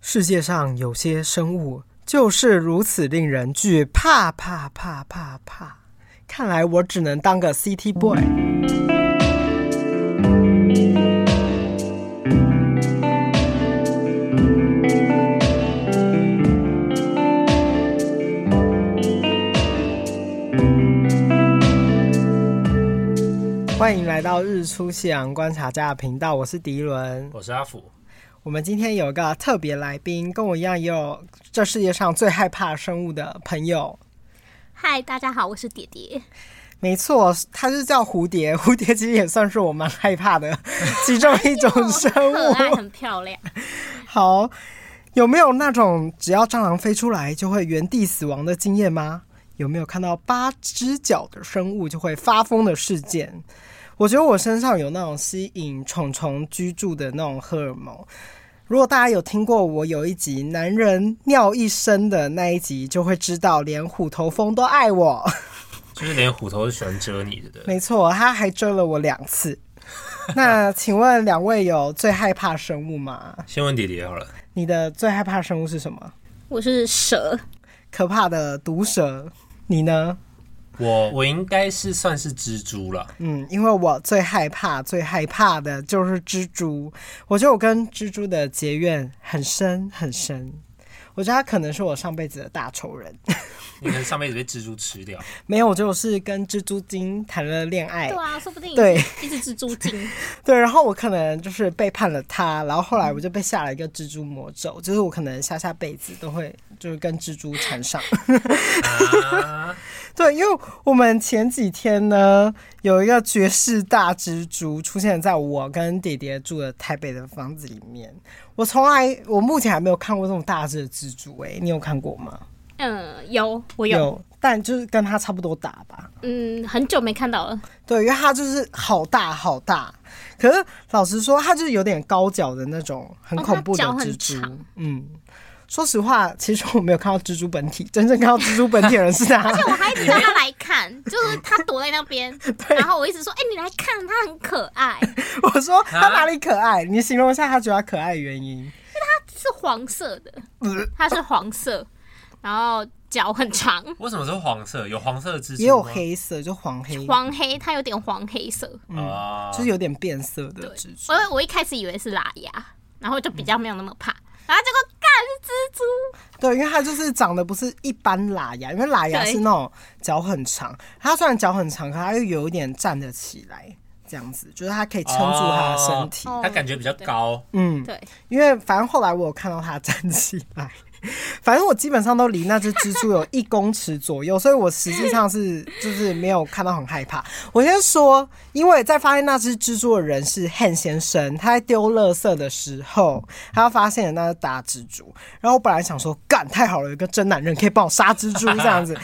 世界上有些生物就是如此令人惧怕怕怕怕怕。看来我只能当个 CT boy。欢迎来到日出夕阳观察家的频道，我是迪伦。我是阿福，我们今天有一个特别来宾，跟我一样也有这世界上最害怕生物的朋友。嗨，大家好，我是蝶 蝶。没错，它是叫蝴蝶。蝴蝶其实也算是我蛮害怕的其中一种生可爱，物。 哦很漂亮。好，有没有那种只要蟑螂飞出来就会原地死亡的经验吗？有没有看到八只脚的生物就会发疯的事件？我觉得我身上有那种吸引虫虫居住的那种荷尔蒙。如果大家有听过我有一集《男人尿一身》的那一集，就会知道连虎头蜂都爱我。就是连虎头都喜欢蛰你，对不对？没错，他还蛰了我两次。那请问两位有最害怕生物吗？先问弟弟好了，你的最害怕生物是什么？我是蛇，可怕的毒蛇。你呢？我我应该是算是蜘蛛了，嗯，因为我最害怕、最害怕的就是蜘蛛。我觉得我跟蜘蛛的结怨很深很深。我觉得它可能是我上辈子的大仇人。 你可能上辈子被蜘蛛吃掉。没有，我就是跟蜘蛛精谈了恋爱。对啊，说不定对一只蜘蛛 精，对，然后我可能就是背叛了他，然后后来我就被下了一个蜘蛛魔咒，就是我可能下下辈子都会就是跟蜘蛛缠上。啊， 对，因为我们前几天呢，有一个绝世大蜘蛛出现在我跟爹爹住的台北的房子里面，我从来我目前还没有看过这种大只的蜘蛛、欸，你有看过吗？嗯，有，我有，有，但就是跟它差不多大吧。嗯，很久没看到 了，对，因为它就是好大好大，可是老实说，它就是有点高脚的那种，很哦恐怖的它脚很蜘蛛。长嗯，说实话，其实我没有看到蜘蛛本体，真正看到蜘蛛本体的人是他。我还一直让他来看，就是他躲在那 边，然后我一直说，哎、你来看，它很可 爱， 我说他哪里可爱？你形容一下他觉得它可爱的原因。是黄色的，它是黄色，然后脚很长， 为什么是黄色？有黄色的蜘蛛吗，也有黑色，就黄黑，黄黑，它有点黄黑色。嗯啊，就是有点变色的蜘蛛。我我一开始以为是拉牙，然后就比较没有那么怕，然后结果干是蜘蛛。对，因为它就是长得不是一般喇牙，因为喇牙对是那种脚很长，它虽然脚很长，可它又有一点站得起来，这样子，就是它可以撑住它的身体。哦它感觉比较高，嗯，对，因为反正后来我有看到它站起来， 反正我基本上都离那只蜘蛛有一公尺左右，所以我实际上是就是没有看到很害怕。我先说，因为在发现那只蜘蛛的人是汉先生，他在丢垃圾的时候，他发现了那只大蜘蛛，然后我本来想说，干太好了，有一个真男人可以帮我杀蜘蛛这样 子，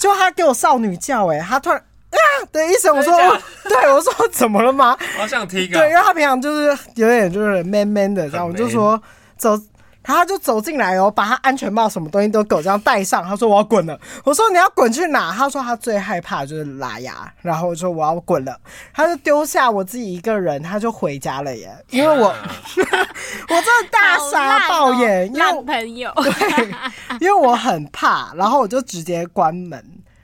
结果他给我少女叫、欸，哎，他突然。啊的一声，我说，真的哦对我说怎么了吗？好想听啊！对，因为他平常就是有点就是 man man 的，然后我就 man 说走，他就走进来哦，把他安全帽什么东西都给我这样戴上。他说我要滚了，我说你要滚去哪？他说他最害怕的就是拉牙，然后我说我要滚了，他就丢下我自己一个人，他就回家了耶，因为我 我真的大傻爆眼，因为哦烂朋友，因为我很怕，然后我就直接关门，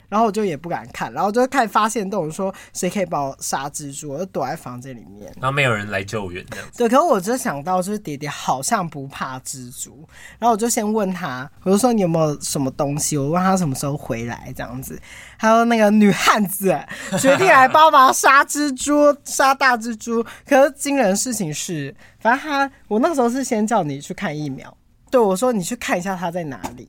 然后我就也不敢看，然后就看发现动物说谁可以帮我杀蜘蛛，我就躲在房间里面。然后没有人来救援，这样子。对，可是我就想到，就是爹爹好像不怕蜘蛛，然后我就先问他，我就说你有没有什么东西？我问他什么时候回来这样子。还有那个女汉子决定来帮忙杀蜘蛛，杀大蜘蛛。可是惊人的事情是，反正他我那时候是先叫你去看疫苗，对我说你去看一下他在哪里。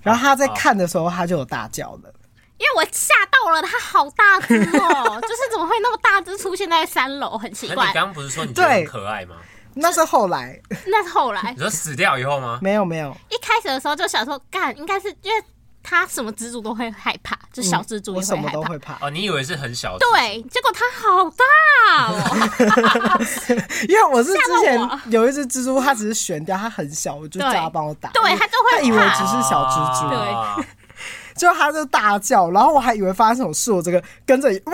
然后他啊在看的时候，他就有大叫了。 因为我吓到了，它好大只哦， 就是怎么会那么大只出现在三楼，很奇那怪你刚。刚不是说你觉得对很可爱吗？那是后来，那是后来你说死掉以后吗？没有没有，一开始的时候就想说，干应该是因为它什么蜘蛛都会害怕，就小蜘蛛嗯我也什会么害都怕。会怕。哦，你以为是很小的？对，结果它好大 哦，因为我是之前吓到有一只蜘蛛，它只是悬吊，它很小，我就叫它帮我打。对，它就它以会为怕。只是小蜘蛛，啊，就它就大叫，然后我还以为发生什么事，我这个跟着哇，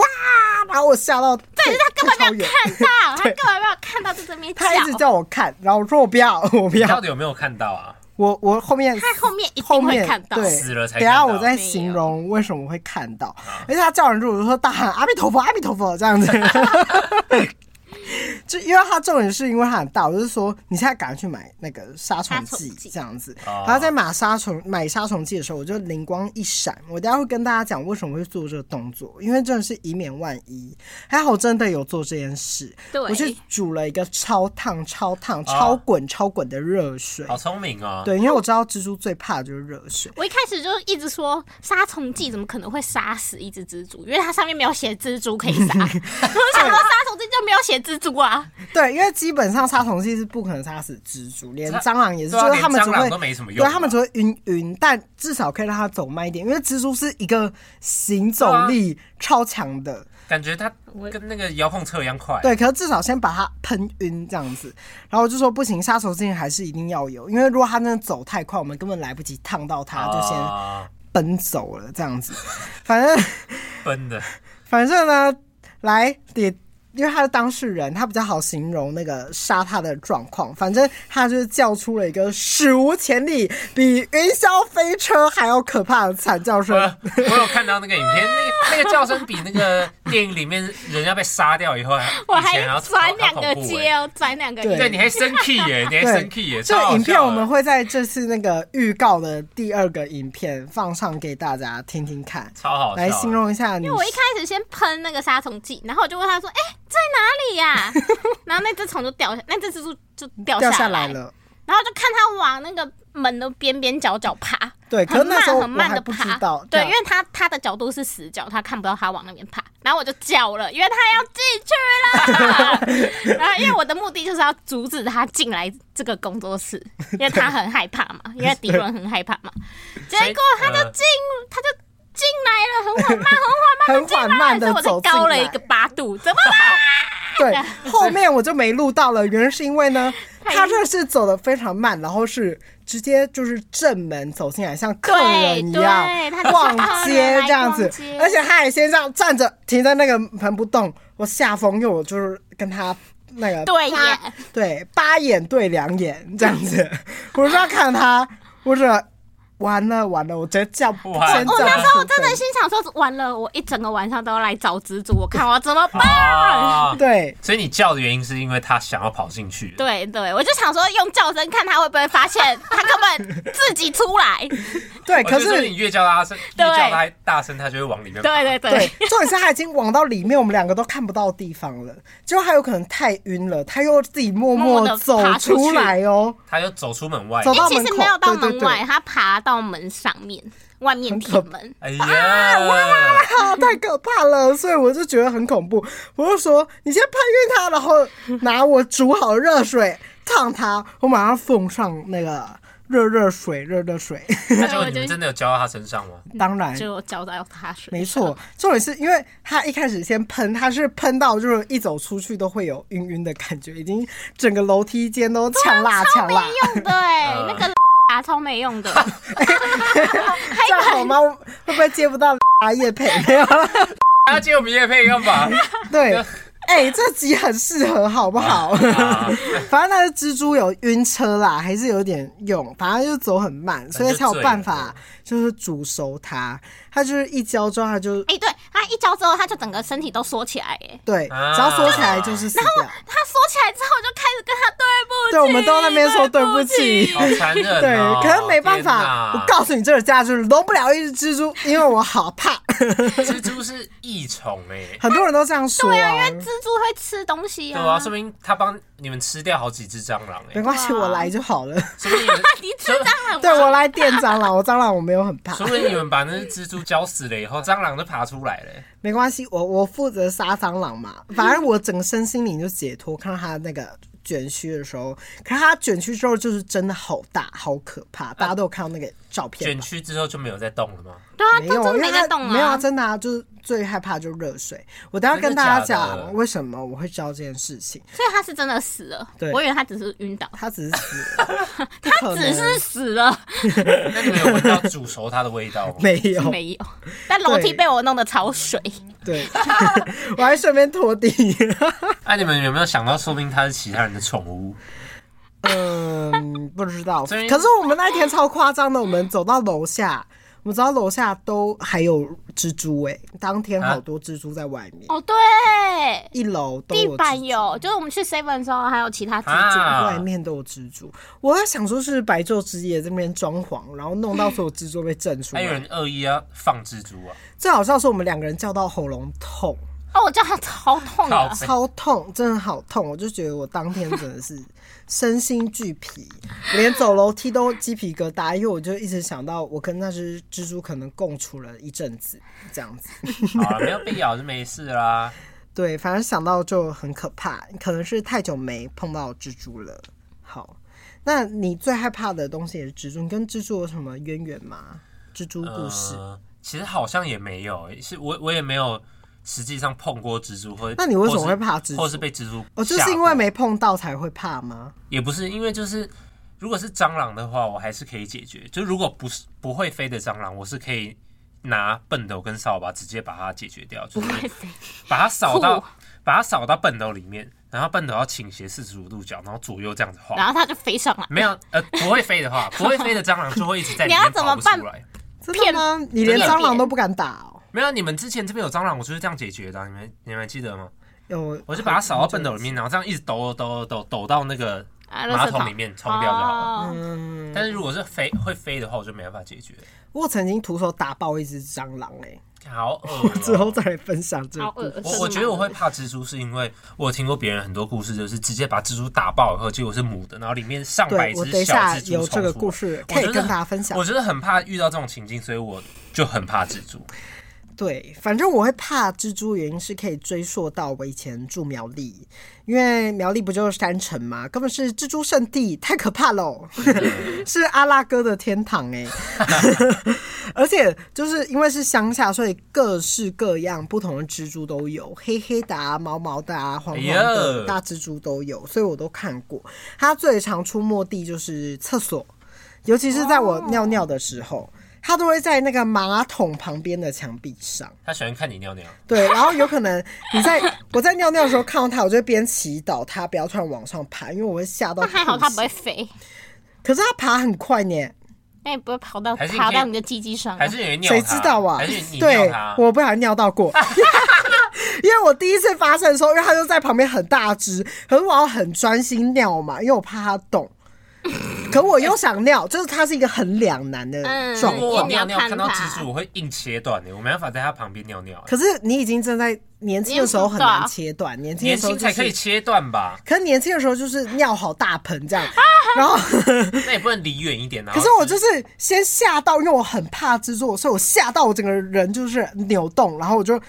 把我吓到，但对是它根本没有看到，它对哦根本没有看到在这边叫他。一直叫我看，然后我说我不要，我不你到要。底有没有看到啊？我我后面它后面一后定会面看到。对，死了才等一下看我到再没形有容为什么会看到，而且他叫人住，我就说大喊阿弥陀佛，阿弥陀佛这样子。 就因为他重点是因为他很大，我就是说你现在赶快去买那个杀虫杀虫剂剂这样子。哦然后在买杀虫买杀虫剂的时候，我就灵光一闪，我等一下会跟大家讲为什么会做这个动作，因为真的是以免万一。还好真的有做这件事，对我去煮了一个超烫、超烫、超滚、超滚的热水。好聪明哦。对，因为我知道蜘蛛最怕的就是热水。我一开始就一直说杀虫剂怎么可能会杀死一只蜘蛛，因为它上面没有写蜘蛛可以 杀。我想说杀虫剂就没有写蜘蛛啊，对，因为基本上杀虫剂是不可能杀死蜘蛛，连蟑螂也是，对啊就是他们连只蟑螂会都没什么用对啊他们只会晕晕，但至少可以让它走慢一点，因为蜘蛛是一个行走啊力超强的，感觉它跟那个遥控车一样快。对，可是至少先把它喷晕这样子。然后我就说不行，杀虫剂还是一定要有，因为如果它真的走太快，我们根本来不及烫到它，就先啊奔走了这样子。反正奔的， 反正呢，来也。因为他是当事人，他比较好形容那个杀他的状况。反正他就是叫出了一个史无前例、比云霄飞车还要可怕的惨叫声我。有我有看到那个影片，那个那个叫声比那个电影里面人要被杀掉以后还，我以前还要还转两好个恐怖街欸哦，转两个对对，街。你还生气 耶，你还对生气耶，这超好个影片笑我们的会在这次那个预告的第二个影片放上给大家听听看，超好笑的啊来形容一下你因为我一开始先喷那个杀虫剂，然后我就问他说：“哎、在哪里呀、 然后那只虫就掉下，那只蜘蛛就掉掉下下来。了。然后就看它往那个门的边边角角爬，对，可是很那慢时候很我慢还的不知爬道。。对，因为它它的角度是死角，它看不到它往那边爬。然后我就叫了，因为它要进去 了。然后因为我的目的就是要阻止它进来这个工作室，因为它很害怕 嘛，因为敌人很害怕嘛。结所以果它就呃进，它就进来了，很缓慢，很 缓慢很缓慢，所的以我走就进高了一来个八度，怎么啦？ 对，后面我就没录到了，原因是因为呢，太他这是走的非常慢，然后是直接就是正门走进来，像客人一样对对他逛就是客街人来这样子逛街，而且他也先这样站着停在那个门不动，我下风又我就是跟他。那个对八眼对八眼对两眼这样子， 我就要看他，我说完了完了，我直接叫先哇叫我不我哦那时候出真的声心想说，完了，我一整个晚上都要来找蜘蛛，我看我怎么办。啊！ 对，所以你叫的原因是因为他想要跑进去。对对，我就想说用叫声看他会不会发 现，他根本自己出来。对，我可就是说你越叫他声，越对叫他大声，他就会往里面跑。对对对，对，重点是他已经往到里面，我们两个都看不到地方了。结果他有可能太晕了，他又自己默默默地走爬出出来哦，他就走出门外。走到其门实口没有到门对对外，对他爬到门上面，外面铁门。哎呀，啊，太可怕了！所以我就觉得很恐怖。我就说，你先拍晕他，然后拿我煮好的热水烫他，我马上奉上那个热热水，热热水。那结果你们真的有浇到他身上 吗？当然，嗯就浇到他水，没错，重点是因为他一开始先喷，他是喷到就是一走出去都会有晕晕的感觉，已经整个楼梯间都呛辣呛辣。用的 哎、嗯那呃个啊超没用的，这样好吗？会不会接不到啊叶配？没有，他啊接我们叶配干嘛？对，哎、这集很适合，好不好？啊 反正那个蜘蛛有晕车啦，还是有点用，反正就走很慢，所以才有办法就是煮熟它。它就是一浇之后，它就哎、对他一浇之后，他就整个身体都缩起来哎、对，啊只要缩起来就是死掉。他缩起来之后，我就开始跟他对不起，对，我们都在那边说对对不起。好残忍对哦！，可是没办天法，哪我告诉你，这个家就是容不了一只蜘蛛，因为我好怕。 蜘蛛是异虫哎。很多人都这样说对啊，因啊为，蜘蛛会吃东西对啊，说明他帮你们吃掉好几只蟑螂没哎，关系，我来就好了。说明你们你吃蟑螂对吗？我来电蟑螂，我蟑螂我没有很怕说，不定你们把那只蜘蛛浇死了以后，蟑螂都爬出 来了欸。没关系，我我负责杀蟑螂嘛，反正我整个身心灵就解脱。看到它那个卷须的时候，可是它卷须之后就是真的好大，好可怕，大家都有看到那个照片呃卷吧？区之后就没有再动了吗？对啊，没都有，真因为的没在动它没有啊，啊。真的啊，就是最害怕就是热水。我等一下跟真的大家假的讲为什么我会知道这件事情，所以他是真的死了。对哦我以为他只是晕倒，它只是死了， 不可能只是死了，那你们有闻到煮熟它的味 道吗？没有， 没有。但楼梯对被我弄得潮水，对， 我还顺便拖地。那、你们有没有想到，说不定它是其他人的宠物？嗯，不知道。所以可是我们那天超夸张的，我们走到楼下，我们走到楼下都还有蜘蛛哎、当天好多蜘蛛在外面，哦，对，一楼都地有板蜘有，就是我们去 Seven 的时候还有其他蜘蛛。蛛，啊外面都有蜘蛛。我在想说，是不是白昼之夜这边装潢，然后弄到所有蜘蛛被震出还有人来。恶意要放蜘蛛 啊！最好笑是我们两个人叫到喉咙痛，哦，我叫他头痛靠的，超痛，真的好痛！我就觉得我当天真的是身心俱疲，连走楼梯都鸡皮疙瘩，因为我就一直想到我跟那只蜘蛛可能共处了一阵子，这样子。好了，没有被咬就没事啦。对，反正想到就很可怕，可能是太久没碰到蜘蛛了。好，那你最害怕的东西也是蜘蛛，你跟蜘蛛有什么渊源吗？蜘蛛故事？呃其实好像也没有，欸是我我也没有实际上碰过蜘蛛，或者那你为什么或会是怕蜘蛛或是被蜘蛛哦，就吓是因过为没碰到才会怕吗？也不是因为就是，如果是蟑螂的话，我还是可以解决。就如果不是不会飞的蟑螂，我是可以拿笨斗跟扫把直接把它解决掉，就是把它扫到酷把它扫到笨斗里面，然后笨斗要倾斜四十五度角，然后左右这样子 画。然后他就飞上来。没有呃，不会飞的 话，不会飞的蟑螂就会一直在里你要面怎跑么不办出来。真的吗？你连真的蟑螂都不敢打哦？没有，你们之前这边有蟑螂，我就是这样解决的啊、你们你们还记得吗？有，我就把它扫到笨斗里面，然后这样一直抖抖抖抖抖到那个啊马桶里面冲掉就好了。哦嗯，但是如果是飞会飞的话，我就没办法解决。我曾经徒手打爆一只蟑螂、欸，好恶哦、 之后再来分享这个好故恶啊事。我我觉得我会怕蜘蛛，是因为我有听过别人很多故事，就是直接把蜘蛛打爆以后，结果是母的，然后里面上百对，我只等一小下蜘蛛有这冲个故出来。事我可以觉得跟大家分享我。觉得很怕遇到这种情境，所以我就很怕蜘蛛。对，反正我会怕蜘蛛，原因是可以追溯到我以前住苗栗，因为苗栗不就是山城嘛，根本是蜘蛛圣地，太可怕喽， 是阿拉哥的天堂哎、 而且就是因为是乡下，所以各式各样不同的蜘蛛都有，黑黑的啊、毛毛的啊、黄黄哎的呀大蜘蛛都有，所以我都看过。它最常出没地就是厕所，尤其是在我尿尿的时候，它都会在那个马桶旁边的墙壁上。他喜欢看你尿尿，对，然后有可能你在我在尿尿的时候看到它，我就会边祈祷它不要突然往上爬，因为我会吓到。那还好它不会，飞，可是它爬很快呢。那也不会跑到还是你爬可以到你的鸡鸡上啊。还是有人尿谁他？知道啊还是你？尿对他，？我不小心尿到 过，因为我第一次发生的时候，因为它就在旁边很大只，可是我要很专心尿嘛，因为我怕它 动。可我又想尿，就是它是一个很两难的嗯状如况果。我你要尿尿看看到他蜘蛛，我会硬切断欸的，我没办法在他旁边尿尿。欸可是你已经正在年轻的时候很难切断，年轻的年时候、轻就是、才可以。切断吧？可是年轻的时候就是尿好大盆 这样，然后那也不能离远一点啊。可是我就是先吓到，因为我很怕蜘蛛，所以我吓到我整个人就是扭动，然后我就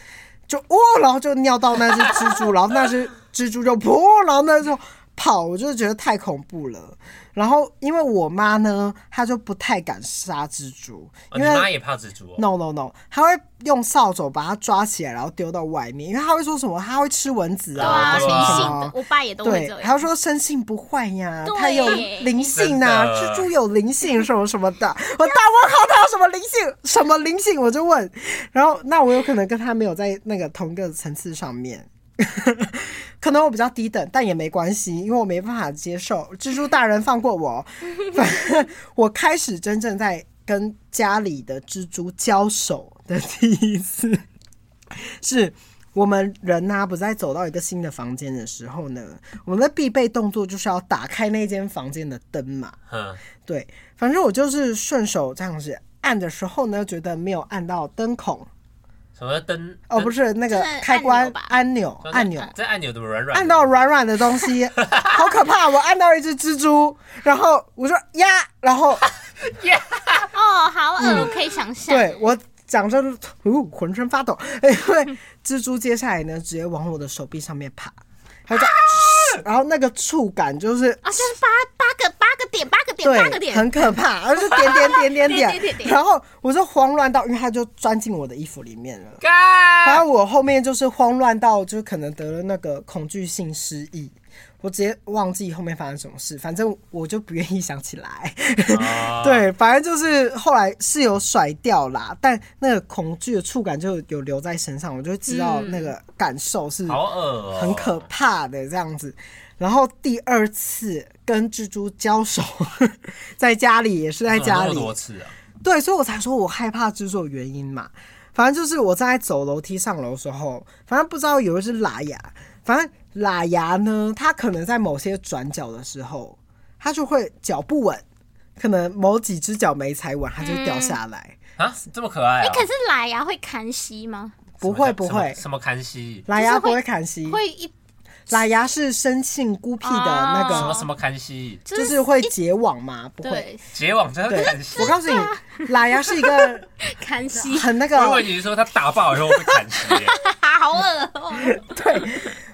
就哦，然后就尿到那只蜘蛛，然后那只蜘蛛就噗，然后那就跑，我就觉得太恐怖了。然后因为我妈呢，她就不太敢杀蜘蛛，哦因你为妈也怕蜘蛛哦。 No no no，他会用扫帚把它抓起来，然后丢到外面，因为他会说什么，他会吃蚊子对啊，啊，灵什对啊么什性么的，。我爸也都会对这，样。他说生性不坏呀，对它有灵性呐、真的蜘蛛有灵性什么什么的。 我大问号，它有什么灵性？什么灵性？我就问。然后那我有可能跟他没有在那个同个层次上面， 可能我比较低等，但也没关系，因为我没办法接受蜘蛛大人放过我。 反正我开始真正在跟家里的蜘蛛交手的第一次。是我们人呐、不再走到一个新的房间的时候呢，我们的必备动作就是要打开那间房间的灯嘛。哼，对，反正我就是顺手这样子按的时候呢，觉得没有按到灯孔，什么灯？哦，不是那个嗯就是开按关钮吧按钮，灯，按钮。这按钮怎么软软的？按到软软的东西， 好可怕！我按到一只蜘蛛，然后我说呀，然后哦，好恶，我可以想象。对我讲真，呜、浑身发抖， 因为蜘蛛接下来呢，直接往我的手臂上面爬，它就、然后那个触感就是。啊，就是八八个八个点，八个点，八个对，点，很可怕，而是点点点点点， 点点点点然后我就慌乱到，因为它就钻进我的衣服里面啊了。然干后我后面就是慌乱到，就可能得了那个恐惧性失忆，我直接忘记后面发生什么事，反正我就不愿意想起来。 啊对，反正就是后来是有甩掉啦，但那个恐惧的触感就有留在身上，我就知道那个感受是好恶哦，很可怕的这样子。然后第二次跟蜘蛛交手， 在家里也是在家嗯那么里，多次啊，对，所以我才说我害怕蜘蛛的原因嘛。反正就是我在走楼梯上楼的时候，反正不知道有一只喇牙，反正喇牙呢，它可能在某些转角的时候，它就会脚不稳，可能某几只脚没踩稳，它就嗯掉下来。啊，这么可爱啊！哎可是来呀会看戏吗？不会不会，什么看戏，喇就是牙会不会砍息，会一喇牙是生性孤僻的那哦什么个，什么看戏，就就是会结网嘛，不会。对结网真的对看，戏我。告诉你，喇牙是一 个看 戏，很那 我以为个。你是说他打爆以后会砍戏耶，好恶哦、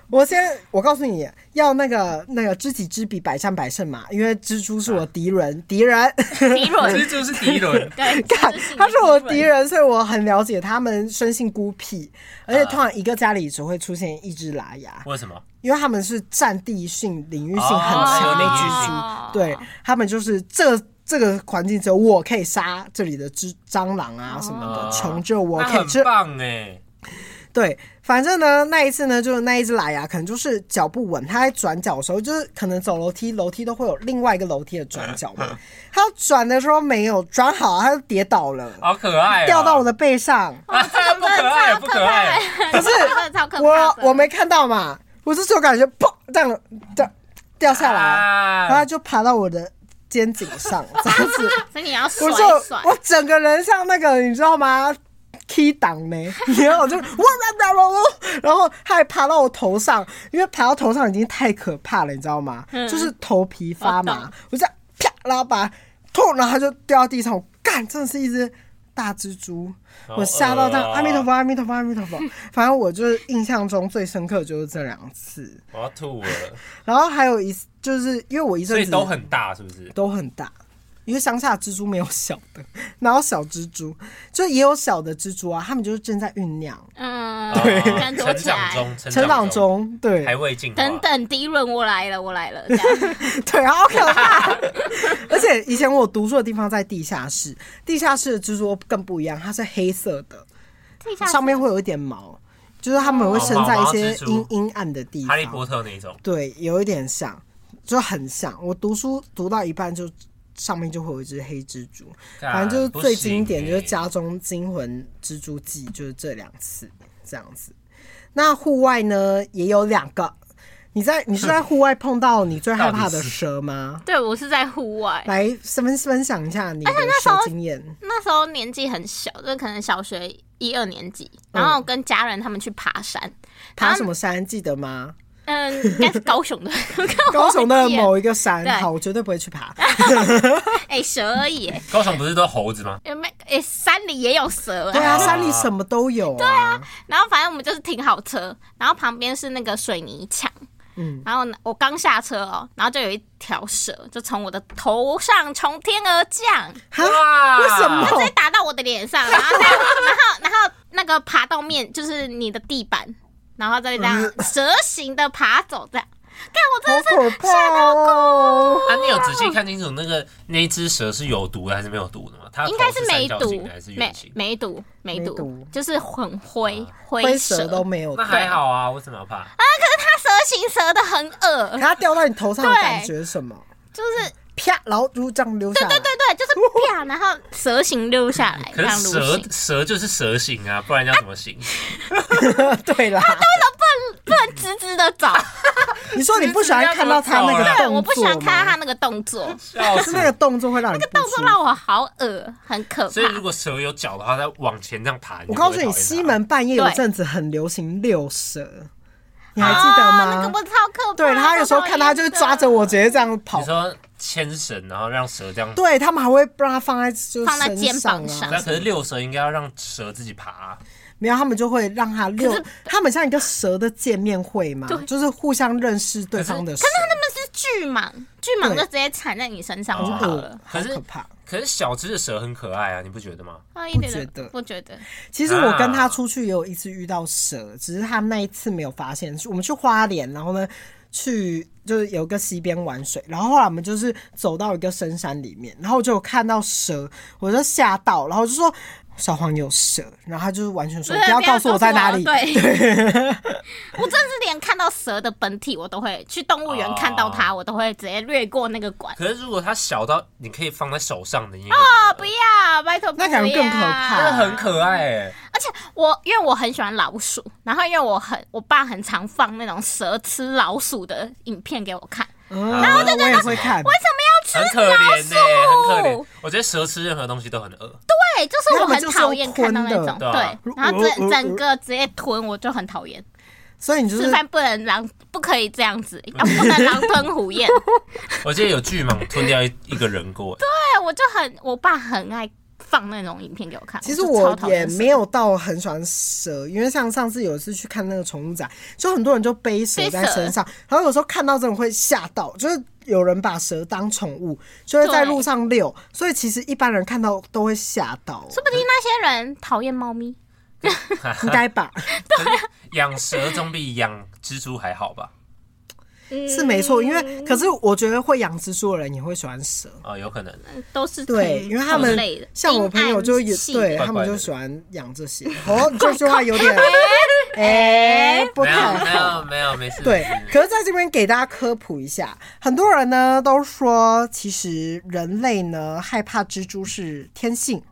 我先，我告诉你要那个那个知己知彼，百战百胜嘛。因为蜘蛛是我敌人， 敌人，迪伦这就是第一轮。对，看这你的他是我敌的敌人，所以我很了解他们生性孤僻，而且通常一个家里只会出现一只喇牙，为什么？因为他们是占地性、领域性哦很啊强的有蜘蛛。哦对他们就是这这个环境只有我可以杀这里的蜘蟑螂啊什么哦的，求救我那可以很吃。棒哎，对，反正呢那一次呢，就是那一只喇牙可能就是脚不稳，它在转角的时候，就是可能走楼梯，楼梯都会有另外一个楼梯的转角嘛，它转的时候没有转好，它就跌倒了，好可爱哦，掉到我的背上。啊，不可 爱，不可爱，可是真的超可怕我的我没看到嘛，我是就感觉砰这样这样掉下来，然后它啊，就爬到我的肩颈上，这样子。 所以你要甩我一就甩，我整个人像那个你知道吗？key 档呢， 然后我就哇哇哇哇哇，然后他还爬到我头上，因为爬到头上已经太可怕了，你知道吗？就是头皮发嗯我麻懂，我就这样啪，然后把痛，然后他就掉到地上，我干，真的是一只。大蜘蛛，好我吓到这恶样，啊阿弥陀佛，阿弥陀佛，阿弥陀佛。反正我就是印象中最深刻就是这两次，我要吐了。然后还有一次，就是因为我一阵所以子都很大，是不是？都很大，因为乡下蜘蛛没有小的， 哪有小蜘蛛？就也有小的蜘蛛啊，他们就是正在酝酿、嗯，哦可能躲成起长来。中，成长，中，对还未进化。等等，迪伦，我来了，我来了，这样 对，好可怕！ 而且以前我读书的地方在地下室，地下室的蜘蛛更不一样，它是黑色的，地下 室上面会有一点毛，就是它们会生在一些哦毛毛蜘蛛阴阴暗的地哈利波方，特那一种，对，有一点像，就很像。我读书读到一半就。上面就会有一只黑蜘蛛，反正就是干最经典，就是。啊不行欸家中惊魂蜘蛛记，就是这两次这样子。那户外呢也有两个，你在你是在户外碰到你最害怕的蛇 吗？对我是在户外，来分分享一下你的哎蛇经验。那时候年纪很小，就是可能小学一二年级，嗯然后跟家人他们去爬山，爬什么山记得吗？ 嗯，应该是高雄的，高雄的忘记了某一个山啊对，啊好，我绝对不会去爬。 哎、蛇而已、哎高雄不是都猴子吗？有没哎、山里也有蛇、对哎啊，山里什么都有。对啊，然后反正我们就是停好车，然后旁边是那个水泥墙。嗯然后呢，我刚下车哦，然后就有一条蛇就从我的头上从天而降，哦哇为什它么直接打到我的脸上，然后它然后然后那个爬到面就是你的地板，然后再这样嗯蛇形的爬走这样。看我真好的是可怕哦！啊，你有仔细看清楚那个那一只蛇是有毒的还是没有毒的吗？它的头应该是是梅三角形毒的还是，梅圆形？啊梅毒，梅梅毒毒就是很灰灰灰蛇都没有，那还好啊，为什么要怕？它蛇形蛇的很恶可，它掉到你头上的对感觉是什么？ 就是啪，然后就这样溜下来。对对对，就是啪，然后蛇形溜下来，可这样是撸蛇行，蛇就是蛇形啊，不然要怎 么形？对啦，不能直直的走。啊 你说你不喜欢看到他那个动 对，作我不喜欢看到吗他那个动作，笑是死！那个动作会让你那个动作让我好恶，很可怕所以。如果蛇有脚的话，它往前这样爬，我就告诉不你，会讨厌它西门半夜有阵子很流行遛蛇，你还记得哦那个吗我？超可怕。对他有时候看他就是抓着我直接这样跑你，说牵绳，然后让蛇这样。对他们还会让他放在就是放在肩身啊膀上那啊，可是六蛇应该要让蛇自己爬啊，没有他们就会让他 遛可是，他们像一个蛇的见面会嘛对，就是互相认识对方的蛇，他们是巨蟒，巨蟒就对直接缠在你身上就好呃了。好可是可怕。可是小只的蛇很可爱啊，你不觉得吗？啊，一点不觉都得不觉得，其实我跟他出去也有一次遇到蛇，只是他那一次没有发现。我们去花莲，然后呢，去就是有个溪边玩水，然后后来我们就是走到一个深山里面，然后就有看到蛇，我就吓到，然后就说小黄有蛇，然后他就是完全说对 不要告诉我在哪里。不要告诉我 对，我真的是连看到蛇的本体我都会去动物园看到哦它，我都会直接略过那个馆。可是如果它小到你可以放在手上的，你也哦，哦不要，拜托，那感觉不要更可怕那很可爱哎，而且我因为我很喜欢老鼠，然后因为我很我爸很常放那种蛇吃老鼠的影片给我看，嗯，然后就我也会看，很可怜呢，很可怜。我觉得蛇吃任何东西都很饿，对，就是我很讨厌看到那他们就是种用吞的对啊对，然后呃呃整呃整个直接吞，我就很讨厌。所以你就吃是饭不能狼，不可以这样子，啊、不能狼吞虎咽。我记得有巨蟒吞掉一一个人过，哎对，我就很，我爸很爱放那种影片给我看。其实就我超讨也厌没有到很喜欢蛇，因为像上次有一次去看那个宠物展，就很多人就背蛇背在身蛇上，然后有时候看到真的会吓到，就是有人把蛇当宠物，就会在对路上遛，所以其实一般人看到都会吓到，说不定那些人讨厌猫咪， 应该吧？欸养蛇总比养蜘蛛还好吧？嗯嗯是没错，因为可是我觉得会养蜘蛛的人也会喜欢蛇，啊，有可能。嗯都是对，同因为他们同类的像我朋友就阴有暗系对怪他怪们的就喜欢养这 些。哦，这句话有点哎、不没太有好没。有没有没事。对没事，可是在这边给大家科普一下，很多人呢都说，其实人类呢害怕蜘蛛是天性，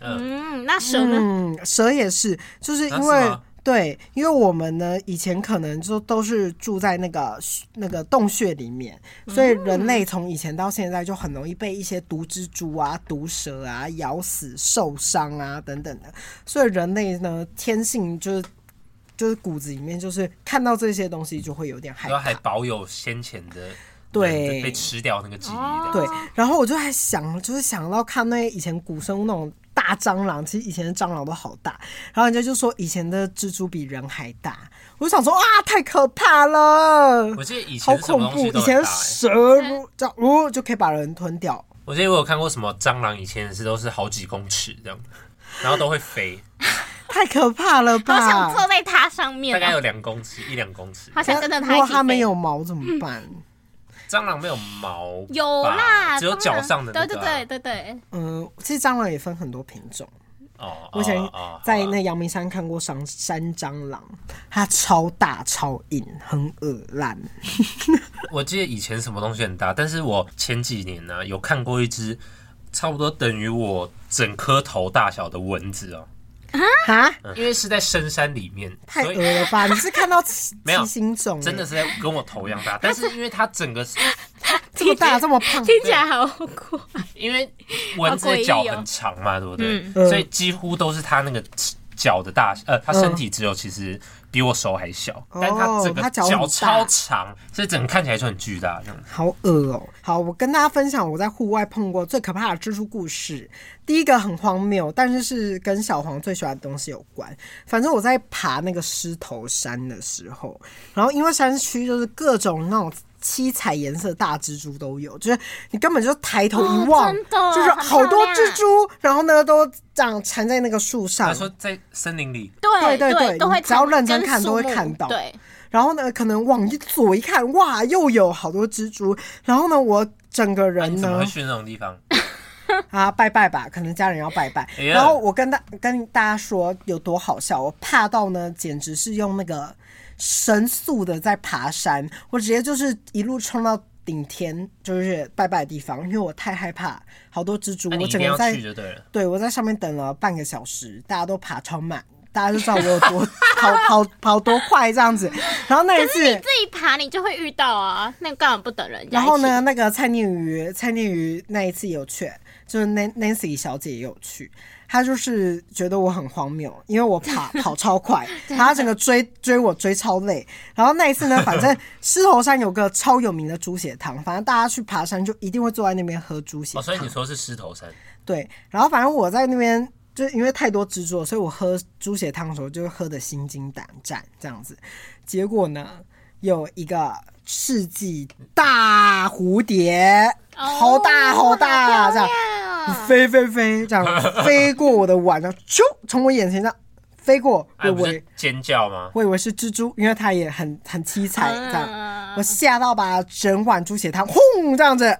嗯，嗯，那蛇呢？嗯，蛇也是，就是因啊为、是吗对，因为我们呢以前可能就都是住在那个那个洞穴里面，所以人类从以前到现在就很容易被一些毒蜘蛛啊、毒蛇啊咬死、受伤啊等等的，所以人类呢天性就是。就是骨子里面，就是看到这些东西就会有点害然后怕还。保有先前的对被吃掉那个记忆的。对，然后我就还想，就是想到看那以前古生物那种大蟑螂，其实以前的蟑螂都好大，然后人家就说以前的蜘蛛比人还大，我就想说啊，太可怕了，我记得以好前什恐么东怖！西以都前的很大、欸。蛇如这样，呜、就可以把人吞掉，我记得我有看过什么蟑螂，以前是都是好几公尺这样，然后都会飞，太可怕了好吧？想坐在它上面大概哦、有两公尺一两公尺。好想跟着如它一果起飞。它没有毛怎么办？蟑螂没有毛吧，有啦，只有当脚然上的、那对个啊对对对对，嗯、其实蟑螂也分很多品种。哦，我以前哦哦在好吧那阳明山看过山山蟑螂，它超大超硬，很恶烂。我记得以前什么东西很大，但是我前几年呢、有看过一只差不多等于我整颗头大小的蚊子哦，哈，嗯因为是在深山里面，太所恶以了吧！你是看到 七没有七星种欸，真的是在跟我头一样大，但是因为它整个这么大这么胖，听起来好酷。因为蚊子的脚很长嘛，对不对？嗯所以几乎都是它那个脚的大小，呃，它身体只有其实比我手还小，哦但它整个它脚很大脚超长，所以整个看起来就很巨大。这样好恶哦、好，我跟大家分享我在户外碰过最可怕的蜘蛛故事。第一个很荒谬，但是是跟小黄最喜欢的东西有关。反正我在爬那个狮头山的时候，然后因为山区就是各种那种。七彩颜色大蜘蛛都有，就是你根本就抬头一望，哦真的就是好多很漂亮蜘蛛，然后呢都这样缠在那个树上他。说在森林里，对对对对，都会你只要成认真跟看树都会木看到对，然后呢，可能往一左一看，哇，又有好多蜘蛛。然后呢，我整个啊人你怎么呢会，去那种地方？哦啊，拜拜吧，可能家人要拜拜。哎呀然后我跟大跟大家说有多好笑，我怕到呢，简直是用那个神速的在爬山，我直接就是一路冲到顶天，就是拜拜的地方，因为我太害怕好多蜘蛛，那你我一整定个要在去就对了。对，我在上面等了半个小时，大家都爬超慢，大家就知道我有多跑 跑跑多快这样子。然后那一次，自己爬你就会遇到啊，那干嘛不等人家？然后？呢，那个蔡念瑜，蔡念瑜那一次也有去，就是 Nan- Nancy 小姐也有去。她就是觉得我很荒谬，因为我跑跑超快，然后她整个追追我追超累。然后那一次呢，反正狮头山有个超有名的猪血汤，反正大家去爬山就一定会坐在那边喝猪血汤。哦，所以你说是狮头 山，对，然后反正我在那边就因为太多蜘蛛了，所以我喝猪血汤的时候就喝的心惊胆战这样子。结果呢，有一个世纪大蝴蝶，好大好大，这样飞飞飞，这 样飞过我的碗，然后啾从我眼前这样飞过，我哎，以不为是尖叫吗？我以为是蜘蛛，因为它也很很七彩这样。嗯 我吓到把整碗猪血汤轰这样子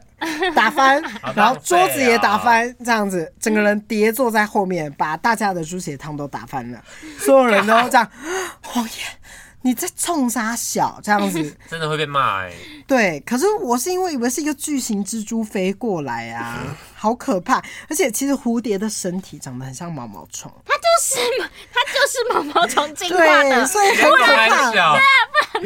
打翻，然后桌子也打好浪翻，这样子，整个人跌坐在后面，把大家的猪血汤都打翻了，嗯所有人都这 样，黄爷。你在冲啥小这样 子？真的会被骂哎、对，可是我是因为以为是一个巨型蜘蛛飞过来啊，好可怕！而且其实蝴蝶的身体长得很像毛毛虫，它就是它就是毛毛虫进化对，的，所以很可开怕玩。笑，啊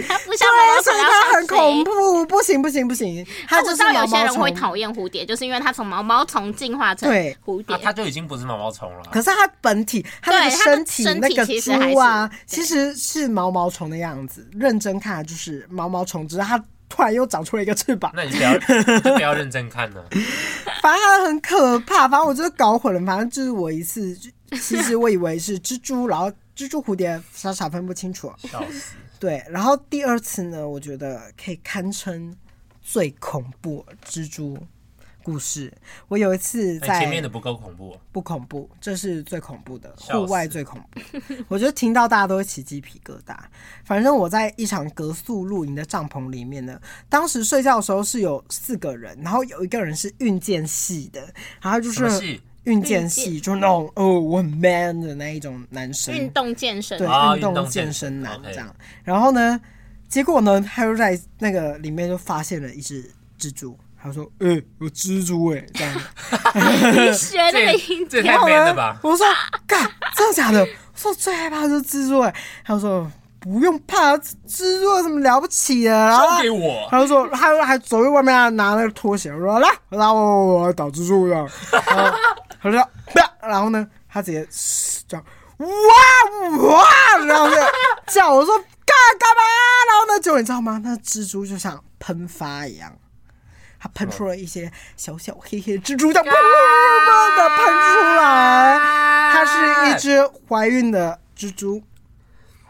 它不像毛对，毛所虫以要它很上恐飞。怖，不行不行不行，它我就知是道毛有些毛人会虫。讨厌蝴蝶，就是因为它从毛毛虫进化成对蝴蝶啊，。它就已经不是毛毛虫了。可是它本体，它那个对它的身体身体那个其实猪啊还是，其实是毛毛虫的样子。认真看啊就是毛毛虫，只是它突然又长出了一个翅 膀，那你就不要，你就不要认真看 了。反正它很可怕。反正我就是搞混了，反正就是我一次，其实我以为是蜘蛛，然后蜘蛛蝴蝶傻傻分不清楚。笑死！对，然后第二次呢，我觉得可以堪称最恐怖蜘蛛故事。我有一次那在哎前面的不够恐怖哦、不恐怖，这是最恐怖的，笑户死外最恐怖。 我觉得听到大家都会起鸡皮疙瘩。反正我在一场格宿露营的帐篷里面呢，当时睡觉的时候是有四个人，然后有一个人是运剑系的，然后就什么是系运剑运系，就是那种哦我很 man 的那一种男生，运动健身对，，啊运运动动健健身身男 OK 这样。然后呢，结果呢，他又在那个里面就发现了一只蜘蛛，他说：“哎、有蜘蛛哎、这样。你 学那个这音这也然太后 man 了呢吧，！我说：“干，真的假的？”我说：“我最害怕的就是蜘蛛哎、他说：“不用怕，蜘蛛有什么了不起的？”然后交给我，他就说，他就还走去外面拿那个拖鞋，我说来，然后我我打蜘蛛这样，然后他就说，啪然后呢，他直接这样哇哇，然后就叫我说干干嘛？然后呢，结果你知道吗？那蜘蛛就像喷发一样。它喷出了一些小小黑黑的蜘蛛，这样砰砰砰砰的喷出来。它是一只怀孕的蜘蛛，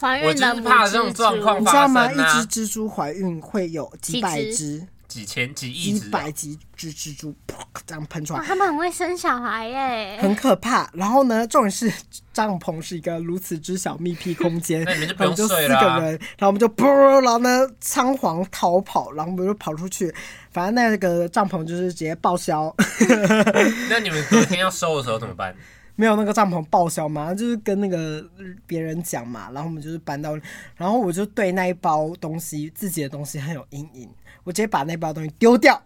怀我孕就的是母怕这种蜘状蛛况你知道吗？发一生啊只蜘蛛怀孕会有几几百只只。几千几亿一只哦、百几只蜘蛛噗这样喷出哇，来，他们很会生小孩哎耶！很可怕。然后呢，重点是 帐篷是一个如此之小密闭空间，那你们就不然后用就四睡个了啊人，然后我们就 噗，然后呢仓皇逃跑，然后我们就跑出去，反正那个帐篷就是直接报销， 那你们隔天要收的时候怎么办？没有那个帐篷报销嘛，就是跟那个别人讲嘛，然后我们就是搬到，然后我就对那一包东西自己的东西很有阴影，我直接把那包东西丢掉。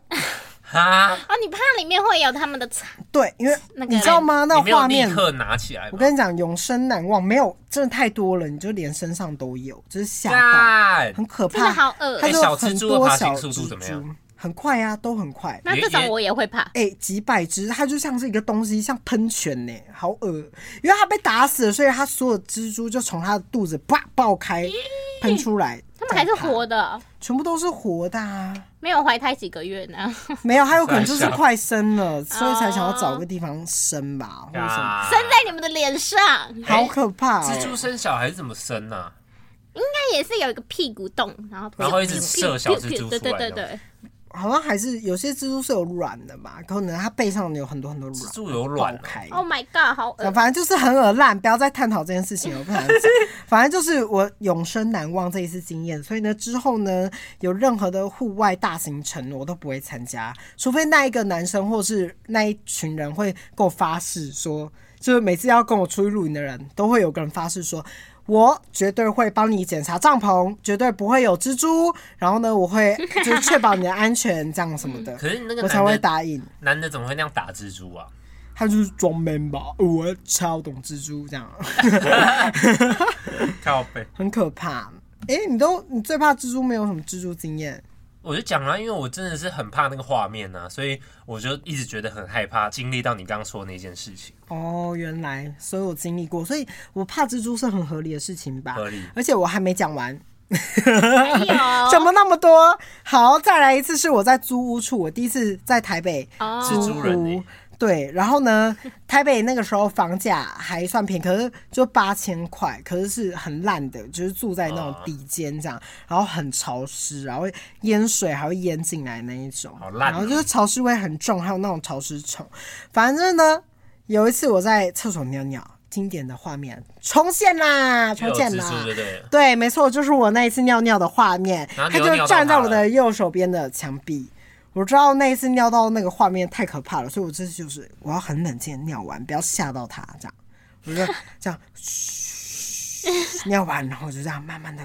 哈，哦，你怕里面会有他们的菜对，因为那个你知道吗？那你没有画立面刻拿起来我吗？跟你讲，永生难忘，没有真的太多了，你就连身上都有，就是吓啊到，干哦很可真的怕。好恶它哎就小很蜘蛛的多爬小行速度蜘怎么样蛛很快啊，都很快。那也这种也我也会怕。哎、几百只，它就像是一个东西，像喷泉呢、好恶。因为它被打死了，所以它所有蜘蛛就从它的肚子啪爆开，喷出来。他们还是这样爬活的，全部都是活的、啊，没有怀胎几个月 呢，生没有，它有可能就是吓一跳快生了，所以才想要找哦个地方生吧，或者什么，啊在你们的脸上，应好可怕、哦哎蜘蛛生小孩是怎么生啊？该也是有一个屁股洞，然后然后一直射小蜘蛛出对对来对这样对，好像还是有些蜘蛛是有卵的吧，可能它背上有很多很多蜘卵，蛛有爆卵啊、开。 Oh my god，好恶！反正就是很恶烂，不要再探讨这件事情了，我不想 讲。反正就是我永生难忘这一次经验，所以呢，之后呢，有任何的户外大行程我都不会参加，除非那一个男生或是那一群人会跟我发誓说，就是每次要跟我出去露营的人都会有个人发誓说。我绝对会帮你检查帐篷，绝对不会有蜘蛛。然后呢，我 会就是确保你的安全，这样什么的。嗯可是那个我才会男的，答应。男的怎么会那样打蜘蛛啊？他就是装 man 吧，我超懂蜘蛛这样，靠背，很可怕。哎、你都你最怕蜘蛛，没有什么蜘蛛经验，我就讲啊了，因为我真的是很怕那个画面呐、啊，所以我就一直觉得很害怕经历到你刚刚说的那件事情。哦，原来所有经历过，所以我怕蜘蛛是很合理的事情吧？合理而且我还没讲完， 还有怎么那么多？好，再来一次是我在租屋处，我第一次在台北哦蜘蛛人、屋欸，。对，然后呢， 台北那个时候房价还算便宜，可是就八千块，可是是很烂的，就是住在那种啊底间这样，然后很潮湿，然后淹水还会淹进来那一种，好烂哦然后就是潮湿味很重，还有那种潮湿虫。反正呢，有一次我在厕所尿尿，经典的画面重现啦，就重有现蜘啦。蛛，对不对了？对，没错，就是我那一次尿尿的画面，然后他你又就尿到站在他我了的右手边的墙壁。我知道那一次尿到那个画面太可怕了，所以我这次就是我要很冷静的尿完，不要吓到它，这样，我就这样嘘尿完，然后我就这样慢慢的，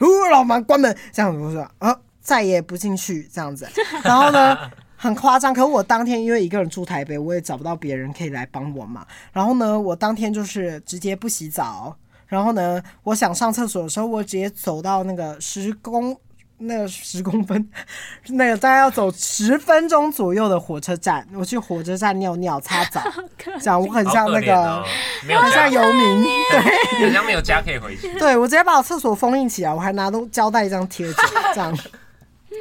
呜、老门关门，这样子我说啊，再也不进去这样子，然后呢？很夸张，可我当天因为一个人住台北，我也找不到别人可以来帮我嘛。然后呢，我当天就是直接不洗澡，然后呢，我想上厕所的时候，我直接走到那个十公那个十公分， 那个大概要走十分钟左右的火车站，我去火车站尿尿擦澡，这样我很好像可那怜个、哦，没有很家像，游民，对很像没有家可以回 去。对，我直接把我厕所封印起来，我还拿都胶带这样贴 着，这样。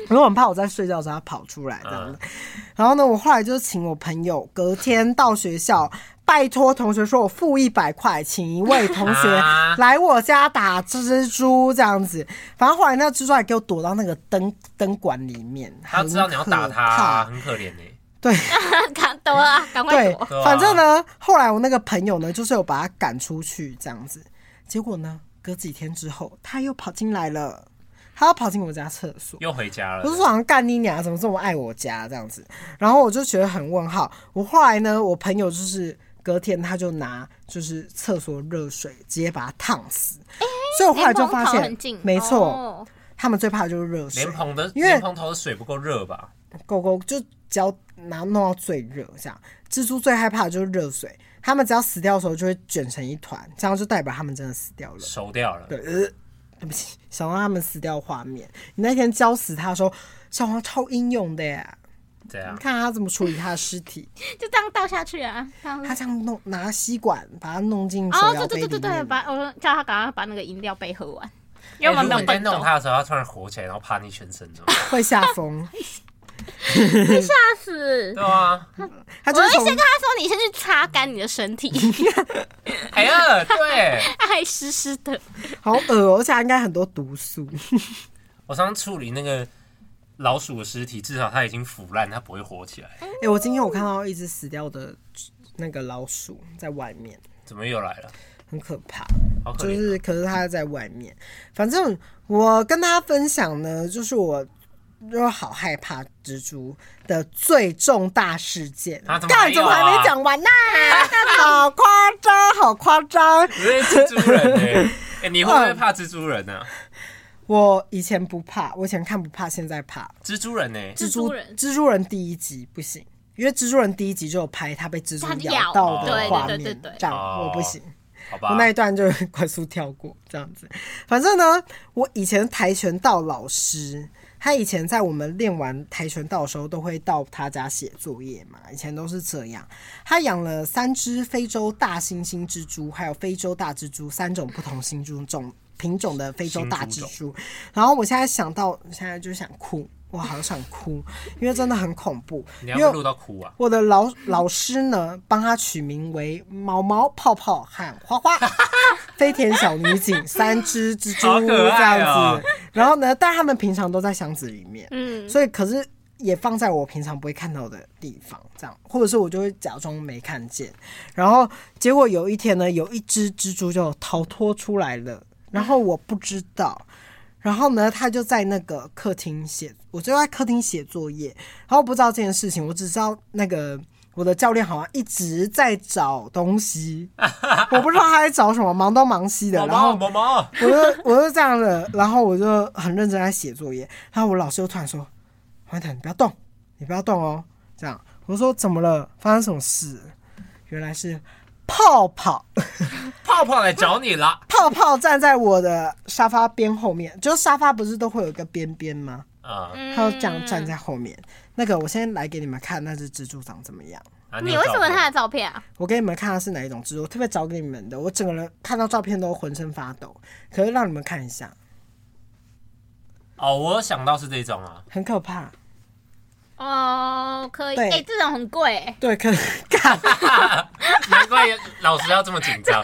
因为我很怕我在睡觉的时候它跑出来这样子，嗯然后呢，我后来就请我朋友隔天到学校，拜托同学说我付一百块，请一位同学啊来我家打蜘蛛这样子。反正后来那蜘蛛还给我躲到那个灯灯管里面，他知道你要打很可他怕啊，很可怜呢。对， 赶躲啊， 赶快对躲！，对啊反正呢，后来我那个朋友呢，就是有把他赶出去这样子。结果呢，隔几天之后，他又跑进来了，他又跑进我家厕所。又回家了我。就说好像干你娘，啊怎么这么爱我家这样子？然后我就觉得很问号。我后来呢，我朋友就是隔天他就拿就是厕所热水直接把他烫死，所以我后来就发莲蓬头现很近，没错，哦他们最怕的就是热水莲。蓬的因为莲蓬头的水不够热吧？狗狗就只要拿弄到最热，这样蜘蛛最害怕的就是热水，它们只要死掉的时候就会卷成一团，这样就代表它们真的死掉了。熟掉了。对，呃，对不起，想到它们死掉的画面，你那天浇死它的时候，小黄超英勇的耶，这样你看它怎么处理它的尸体，就这样倒下去啊。这样它这样弄拿吸管把它弄进手哦，摇对杯里对对对对，面。把我说叫他赶快把那个饮料杯喝完，因哎为如果我们没有你在搬弄走。它的时候，它突然火起来，然后趴你全 身，怎么办？会吓 疯，吓死！对啊，它我就是会先从跟他说，你先去擦干你的身 体，哎呀，对还湿湿的。好恶哦，而且它应该很多毒素。我常常处理那个老鼠的尸体，至少它已经腐烂，它不会火起来。哎、我今天我看到一只死掉的那个老鼠在外面，怎么又来了？很可怕。好可就怜。是可是他在外面。反正我跟大家分享呢，就是我。就好害怕蜘蛛的最重大事件，啊怎么还干有怎么还没啊讲 完呢、好夸张，好夸张！你是蜘蛛人呢、 哎你会不会怕蜘蛛人啊呢、我以前不怕，我以前看不怕，现在怕。蜘蛛人呢、蜘蛛蛛人蜘蛛人第一集不行，因为蜘蛛人第一集就有拍他被蜘蛛他咬咬到对的对画对面对对，这样哦我不行。好吧我，那一段就快速跳过这样子。反正呢，我以前跆拳道老师，他以前在我们练完跆拳道的时候，都会到他家写作业嘛，以前都是这样。他养了三只非洲大猩猩蜘蛛，还有非洲大蜘蛛三种不同新株种品种的非洲大蜘新蛛。然后我现在想到，现在就想哭。我好想哭，因为真的很恐怖。你因要为不要录到哭啊？我的老老师呢，帮他取名为毛毛、泡泡和花花， 飞田小女警三只蜘蛛好可这爱样哦子。然后呢，但他们平常都在箱子里面，嗯，所以可是也放在我平常不会看到的地方，这样，或者是我就会假装没看见。然后结果有一天呢，有一只蜘蛛就逃脱出来了，然后我不知道。然后呢，他就在那个客厅写，我就在客厅写作业，然后我不知道这件事情，我只知道那个我的教练好像一直在找东西，我不知道他在找什么，忙东忙西的，毛然后毛毛毛，我就我就这样了，然后我就很认真在写作业，然后我老师就突然说：“黄腾，你不要动，你不要动哦。”这样，我说怎么了？发生什么事？原来是泡泡，泡泡来找你了泡泡站在我的沙发边后面，就是沙发不是都会有一个边边吗？啊、嗯它就这样站在后面。那个，我先来给你们看那只蜘蛛长怎么样。啊你有为什么照他的照片啊？我给你们看它是哪一种蜘蛛，我特别找给你们的。我整个人看到照片都浑身发抖，可是让你们看一下，哦，我有想到是这种啊，很可怕。哦，可以，对哎，这种很贵欸，对，可 干。难怪老师要这么紧 张，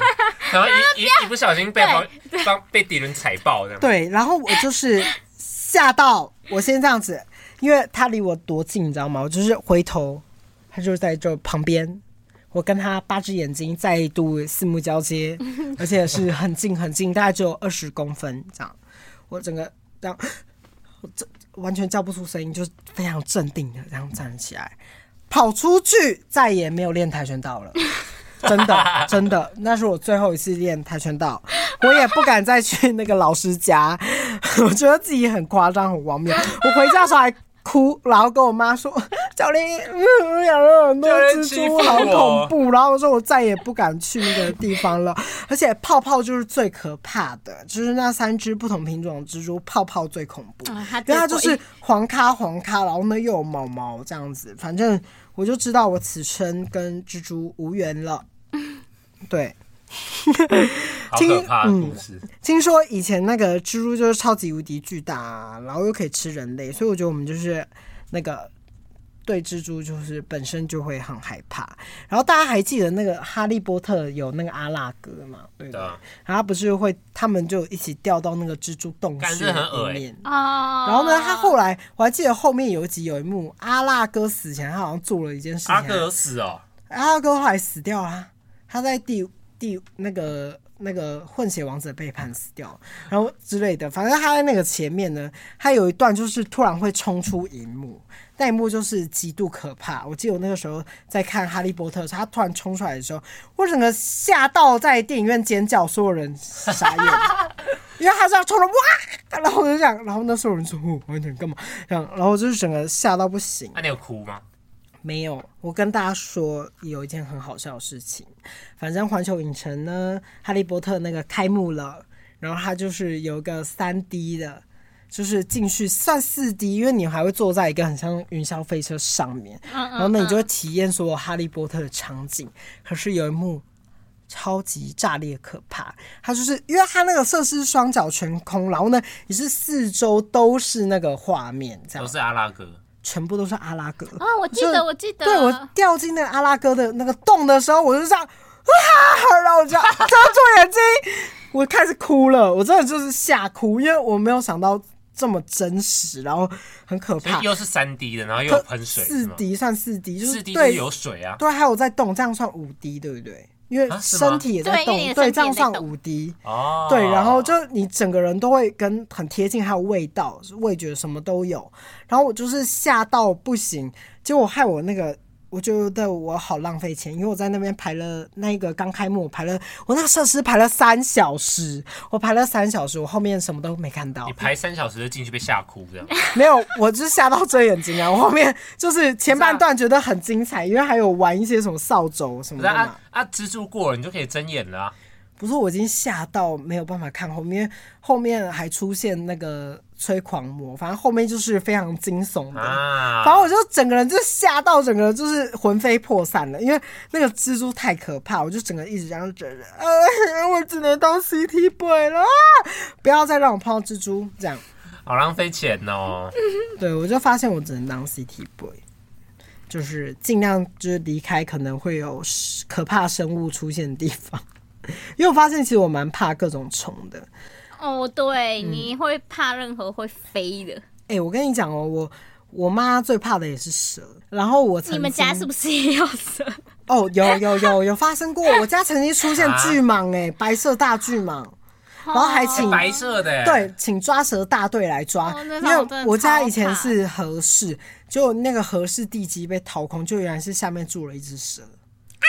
然后一一一不小心被旁帮被敌人踩爆这样。对，然后我就是吓到，我先这样子，因为他离我多近，你知道吗？我就是回头，他就在这旁边，我跟他八只眼睛再度四目交接，而且是很近很近，大概只有二十公分这样，我整个这样，我这完全叫不出声音，就是非常镇定的这样站起来，跑出去，再也没有练跆拳道了。真的，真的，那是我最后一次练跆拳道，我也不敢再去那个老师家，我觉得自己很夸张，很荒谬。我回家的时候还哭，然后跟我妈说：“教练，嗯，养了很多教练蜘欺负蛛，好恐我怖。”然后我说我再也不敢去那个地方了。 而且泡泡就是最可怕的，就是那三只不同品种的蜘蛛，泡泡最恐怖。啊，他因最为它就贵是黄咖黄咖，然后呢又有毛毛这样子，反正我就知道我此生跟蜘蛛无缘了。对，好听嗯可怕的故事。听说以前那个蜘蛛就是超级无敌巨大、啊，然后又可以吃人类，所以我觉得我们就是那个对蜘蛛就是本身就会很害怕。然后大家还记得那个《哈利波特》有那个阿拉哥嘛？对不对对？啊，然后他不是会他们就一起掉到那个蜘蛛洞感穴觉很恶里欸面。哦。然后呢，他后来我还记得后面有一集有一幕，阿拉哥死前他好像做了一件事情，阿哥有死哦，阿拉哥后来死掉啦，他在第第那个那个混血王子的背叛死掉，然后之类的，反正他在那个前面呢，他有一段就是突然会冲出荧幕，那一幕就是极度可怕。我记得我那个时候在看《哈利波特》的时候，他突然冲出来的时候，我整个吓到在电影院尖叫，所有人傻眼。因为他是要冲了哇，然后我就想，然后那时候有人说，哦，完全干嘛？这样，然后我就是整个吓到不行。啊那你有哭吗？没有，我跟大家说有一件很好笑的事情。反正环球影城呢，《哈利波特》那个开幕了，然后它就是有一个三 D 的，就是进去算四 D，因为你还会坐在一个很像云霄飞车上面，然后呢你就会体验所有《哈利波特》的场景。可是有一幕超级炸裂可怕。它就是因为它那个设施是双脚全空，然后呢，你是四周都是那个画面，这都样是阿拉哥，全部都是阿拉哥。啊，我记就得，我记得，对我掉进那个阿拉哥的那个洞的时候，我就这样啊，然后我就 遮住眼睛，我开始哭了，我真的就是吓哭，因为我没有想到这么真实，然后很可所怕以。又是三 D 的，然后又有喷水，四 D 算四 D，就是四 D 就是对有水啊。对，还有在动，这样算五 D 对不对？因为啊是吗身体也在对因为动，你的对，身体这样也在算动五 D。哦，对，然后就你整个人都会跟很贴近，还有味道、味觉什么都有。然后我就是吓到不行，结果害我那个，我觉得我好浪费钱，因为我在那边排了那个刚开幕，我排了我那个设施排了三小时，我排了三小时，我后面什么都没看到你，排三小时就进去被吓哭这样。 没有，我就是吓到遮眼睛啊！我后面就是 前啊半段觉得很精彩，因为还有玩一些什么扫帚什么可的是嘛啊。啊，蜘蛛过了你就可以睁眼了啊。不是，我已经吓到没有办法看后面，因为后面还出现那个催狂魔，反正后面就是非常惊悚的。啊反正嗯我就整个人就吓到，整个人就是魂飞魄散了，因为那个蜘蛛太可怕，我就整个一直这样整着，呃，我只能当 CT boy 了，啊不要再让我碰到蜘蛛这样。好浪费钱哦。对，我就发现我只能当 CT boy，就是尽量就是离开可能会有可怕生物出现的地方， 因为我发现其实我蛮怕各种虫的。哦，对，嗯你会怕任何会飞的？哎、我跟你讲哦，我我妈最怕的也是蛇，然后我曾你们家经是不是也有蛇？哦，有有有有发生过，我家曾经出啊现巨蟒、哎、白色大巨蟒，哦然后还请白色的，对，，请抓蛇大队来抓，哦那因种真为的我家超以前怕是合适，就那个合适地基被掏空，就原来是下面住了一只蛇。啊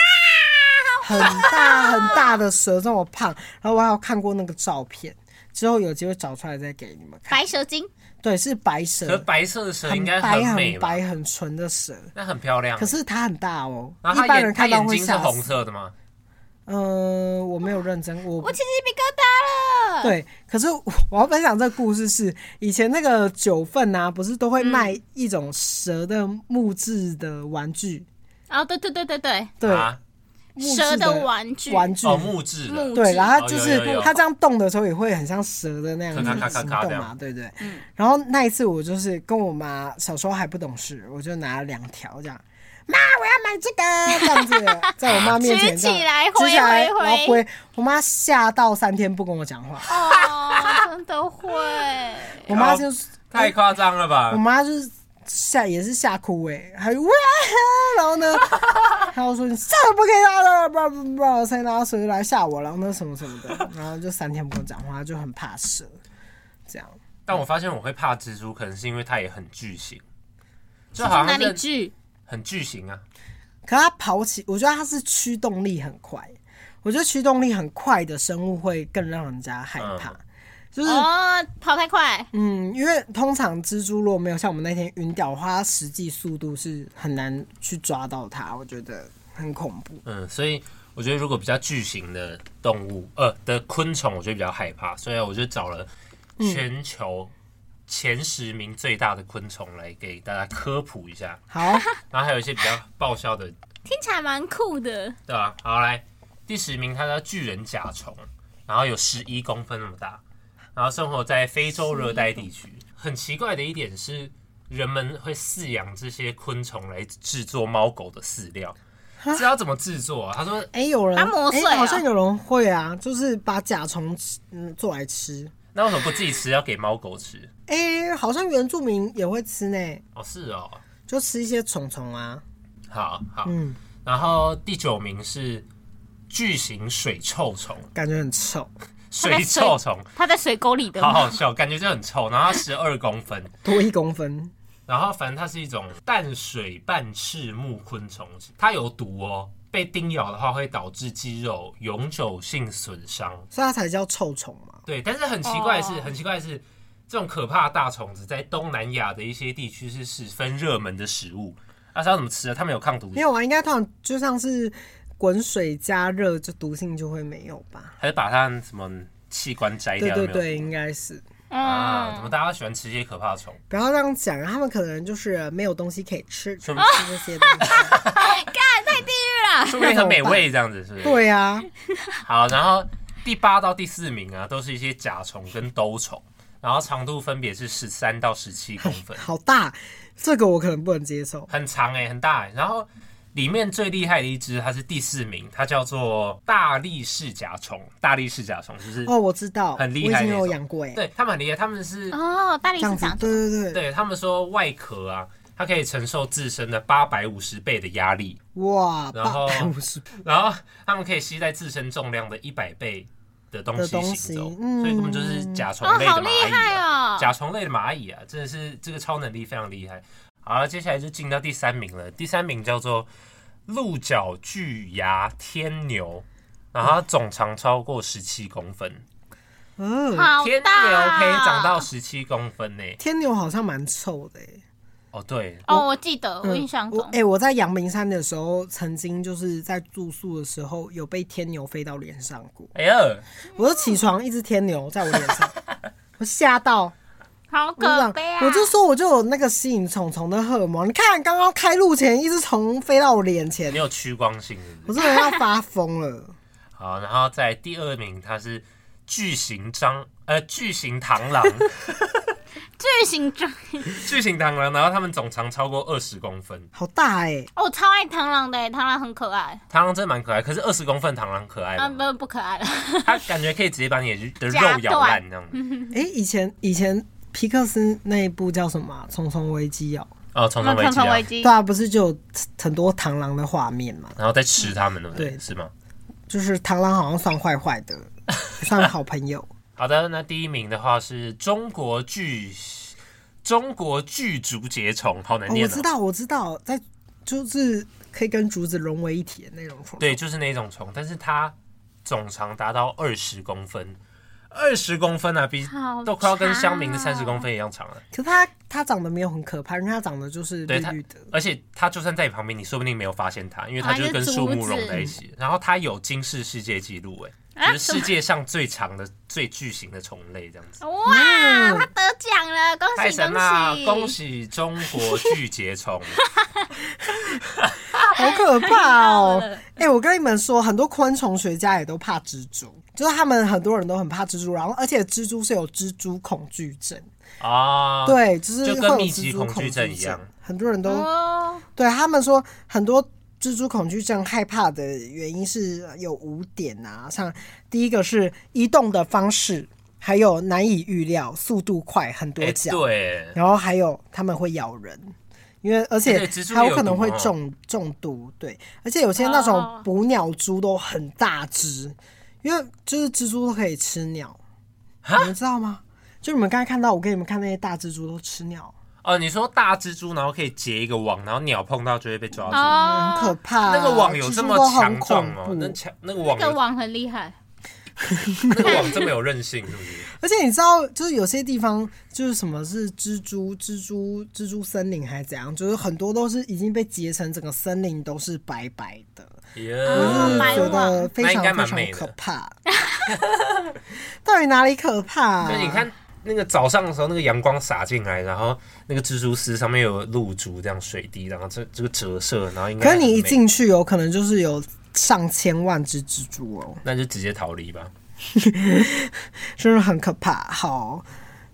很哦大很大的蛇这么胖，然后我还有看过那个照片，之后有机会找出来再给你们看。白蛇精，对，是白可是蛇，白色的蛇应很该白美很吧？白很纯的蛇，那很漂亮。可是它很大哦，然后一它般人眼它看到眼会睛是吓红死。色的吗？呃，我没有认真，我我起鸡皮疙瘩了。对，可是我我要分享这个故事是，以前那个九份啊，不是都会卖嗯一种蛇的木质的玩具，哦，对对对对对，对，啊，木蛇质的玩具，玩具，哦，木质的木，对，然后它哦就有是有有它这样动的时候也会很像蛇的那样咔咔咔子咔行咔动这嘛，样对不对？嗯然后那一次我就是跟我妈小时候还不懂事，我就拿了两条这样。妈，我要买这个，这样子，在我妈面前这样举起来举起挥来，挥挥然后挥，我妈吓到三天不跟我讲话，哦，真的会。我妈就是太夸张了吧我？妈就是吓也是吓哭哎、欸，还哇，然后呢，她就说你再也不给他了，不不不，谁拿水来吓我，然后那什么什么的，然后就三天不跟我讲话，就很怕蛇，这样。但我发现我会怕蜘蛛，可能是因为它也很巨型，就蜘蛛好哪像里是巨？很巨型啊。可它跑起，我觉得它是驱动力很快。我觉得驱动力很快的生物会更让人家害怕，就是哦，跑太快，嗯，因为通常蜘蛛如果没有像我们那天晕掉的话，它实际速度是很难去抓到它，我觉得很恐怖。嗯，所以我觉得如果比较巨型的动物，呃的昆虫，我就比较害怕，所以我就找了全嗯球前十名最大的昆虫来给大家科普一下，好，然后还有一些比较爆笑的，听起来蛮酷的。对吧、好，来第十名，它叫巨人甲虫，然后有十一公分那么大，然后生活在非洲热带地区。很奇怪的一点是，人们会饲养这些昆虫来制作猫狗的饲料。知道怎么制作、啊？他说哎、有人它磨哎碎啊好像有人会啊，就是把甲虫吃嗯做来吃。那为什么不自己吃，要给猫狗吃？哎、好像原住民也会吃呢，哦，是哦，就吃一些虫虫啊。好好。嗯，然后第九名是巨型水臭虫，感觉很臭。 它在水臭虫，它在水沟里的好吗，好笑，感觉就很臭。然后它十二公分，多一公分，然后反正它是一种淡水半翅目昆虫，它有毒哦，被叮咬的话会导致肌肉永久性损伤。所以它才叫臭虫嘛。对，但是很奇怪的是，哦很奇怪的是，这种可怕的大虫子在东南亚的一些地区是十分热门的食物。那、啊、它怎么吃啊？它们有抗毒没性，有啊，应该通常就像是滚水加热，就毒性就会没有吧？还是把它什么器官摘对掉？有对没有对，应该是。啊，怎么嗯，大家喜欢吃这些可怕的虫？不要这样讲，他们可能就是没有东西可以吃，吃这些东西。啊说不定很美味，这样子是不是？。对啊，好，然后第八到第四名啊，都是一些甲虫跟兜虫，然后长度分别是十三到十七公 分，好大，这个我可能不能接受。很长哎、很大、欸。然后里面最厉害的一只，它是第四名，它叫做大力士甲虫。大力士甲虫就是，哦，我知道，很厉害我以前那有种养过哎，对他们很厉害，他们是哦，大力这士样子长，，对对对，对他们说外壳啊，它可以承受自身的八百五十倍的压力，哇，然八后百五 十，然后他们可以携带自身重量的一百倍的东的东西西行走，嗯所以他们就是甲虫哦，类好的厉蚂蚁、害啊。哦！甲虫类的蚂蚁啊，真的是这个超能力非常厉害。好了，接下来就进到第三名了，第三名叫做鹿角巨牙天牛。然后它总长超过十七公分，嗯，好天牛大，啊可以长到。十七公分呢、天牛好像蛮臭的哎。哦，对，哦，我记得，我印象我中哎、，我在阳明山的时候，曾经就是在住宿的时候有被天牛飞到脸上过。哎呀，嗯我就起床，一只天牛在我脸 上，我吓到，好我就可想悲啊！我就说我就有那个吸引虫虫的荷尔蒙。你看，刚刚开路前，一只虫飞到我脸前你，嗯有趋光性是不我是？真的要发疯 了。好，然后在第二名，它是巨型蟑，呃，巨型螳螂， 巨型蟑，巨型螳螂，然后它们总长超过二十公分，好大哎、哦我超爱螳螂的，欸螳螂很可爱。螳螂真的蛮可爱，可是二十公分螳螂可爱啊，吗？不不可爱了，它感觉可以直接把你的肉夹咬烂这样。嗯哎、以前以前皮克斯那一部叫什么啊、虫虫危机》哦，哦，重嗯重危 机、啊，机对啊，不是就有很多螳螂的画面嘛？然后再吃它们，对不对？对是吗？就是螳螂好像算坏坏 的，算好朋友。哦好的，那第一名的话是中国巨中国巨竹节虫，好难哦，念、我哦知道，我知道，在就是可以跟竹子融为一体的那种虫。对，就是那种虫，但是它总长达到二十公分，二十公分啊，比好都快要跟香明的长三十公分一样长啊了。可是它它长得没有很可怕，因为它长得就是绿对它绿的。而且它就算在你旁边，你说不定没有发现它，因为它啊就是跟就是树木竹子融在一起。然后它有金氏世界纪录，哎，啊就是世界上最长的、最巨型的虫类这样子。哇，哦他得奖了，恭 太喜神啦！恭恭喜！喜中国巨 节虫！好可怕哦太妙了！哎、我跟你们说，很多昆虫学家也都怕蜘蛛，就是他们很多人都很怕蜘蛛，然后而且蜘蛛是有蜘蛛恐惧症，啊，对，就是就会跟有密蜘集蛛恐惧惧症症一样，很多人都、哦，对他们说很多。蜘蛛恐惧症害怕的原因是有五点啊，像第一个是移动的方式，还有难以预料、速度快、很多哎，脚，对，然后还有他们会咬人，因为而且对蜘蛛它也有有可能毒会哦中中毒，对，而且有些那种哦捕鸟蛛都很大只，因为就是蜘蛛都可以吃鸟，你们知道吗？就你们刚才看到我给你们看那些大蜘蛛都吃鸟，哦，你说大蜘蛛，然后可以结一个网，然后鸟碰到就会被抓住。很可哦，怕。啊那个网有这么蜘强壮蛛都很恐哦？怖那强那个网这个有网很厉害，那个 网这么有韧性，是不是？而且你知道，就是有些地方就是什么是蜘蛛、蜘蛛、蜘蛛森林还是怎样，就是很多都是已经被结成，整个森林都是白白的，耶、哦白觉得非那应常该非蛮常美的可 怕。到底哪里可怕、啊就？你看那个早上的时候，那个阳光洒进来，然后那个蜘蛛丝上面有露珠，这样水滴，然后这这个折射，然后应该可是很你一美，进去，有可能就是有上千万只蜘蛛哦，那就直接逃离吧。真的很可怕。好，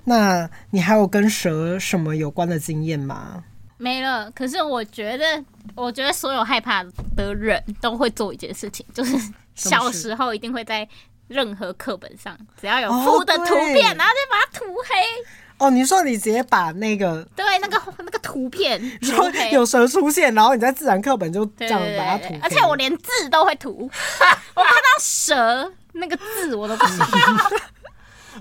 那你还有跟蛇什么有关的经验吗？没了。可是我觉得，我觉得所有害怕的人都会做一件事情，就是小时候一定会在任何课本上，只要有哦附的图对片，然后就把它涂黑。哦，你说你直接把那个对，那个那个图片涂说黑。 有蛇出现，然后你在自然课本就这对样对把它对涂对黑。而且我连字都会涂， 我看到蛇那个字我都不行，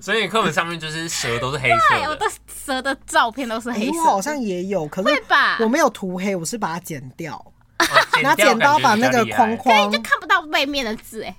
所以课本上面就是蛇都是黑色对，我的，的 蛇的照片都是哎、黑我色，好像也有，可会是吧？我没有涂黑，我是把它剪掉，哦拿掉剪刀把感那觉比较个厉害框框就看不到背面的字，哎，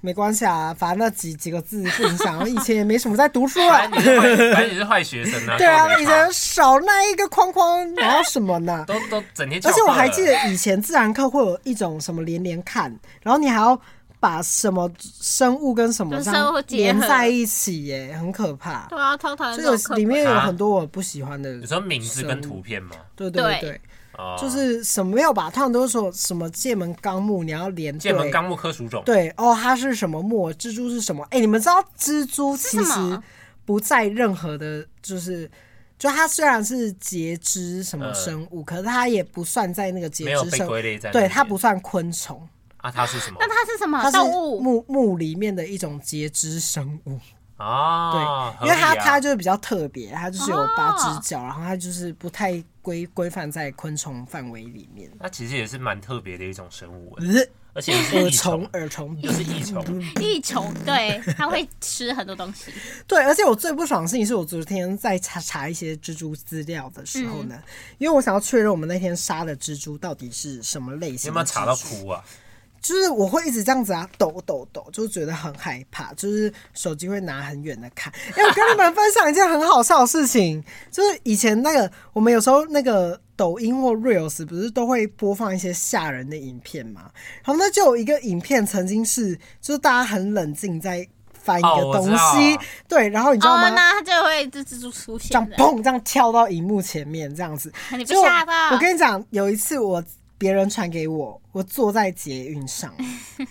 没关系啊，反正那几几个字不影 响。我以前也没什么在读书 啊反，正你是坏，反正你是坏学生 啊。对啊，根本我以没法前少那一个框框，然后什么呢？都都整天翘而课了。且我还记得以前自然课会有一种什么连连看，然后你还要把什么生物跟什么就是这样生物结合连在一起，耶，很可怕。对啊，超讨厌所以这有种课里面有啊很多我不喜欢的，你说名字跟图片吗？对对对对对，哦，就是什么没有把，通常都是说什么界门纲目，你要连剑门对纲目科属种。对哦，它是什么墨？蜘蛛是什么？哎、你们知道蜘蛛是其什实么不在任何的，就是就它虽然是节肢什么嗯生物，可是它也不算在那个节没有肢被生物归类在，对那它边不算昆虫，啊，它是什么？那它是什它么是啊动物？木木里面的一种节肢生物。啊，对，因为合它理啊它就是比较特别，它就是有八哦只脚，然后它就是不太规规范在昆虫范围里面。它其实也是蛮特别的一种生物，哎呃而且也是耳益虫虫，，嗯耳虫，又是 益虫。益虫，对，它会吃很多东西。对，而且我最不爽的事情是我昨天在查查一些蜘蛛资料的时候呢，嗯因为我想要确认我们那天杀的蜘蛛到底是什么类你型。有没有查到？哭 啊？就是我会一直这样子啊，抖抖抖，就觉得很害怕，就是手机会拿很远的看。哎、我跟你们分享一件很好笑的事情，就是以前那个我们有时候那个抖音或 reels 不是都会播放一些吓人的影片嘛，然后那就有一个影片曾经是，就是大家很冷静在。翻一哦个我东知道西，对，然 后你知道吗？哦，那它就会这蜘蛛出这样现的，砰，这样跳到荧幕前面，这样子。 你被就吓到？我跟你讲，有一次我别人传给我，我坐在捷运 上，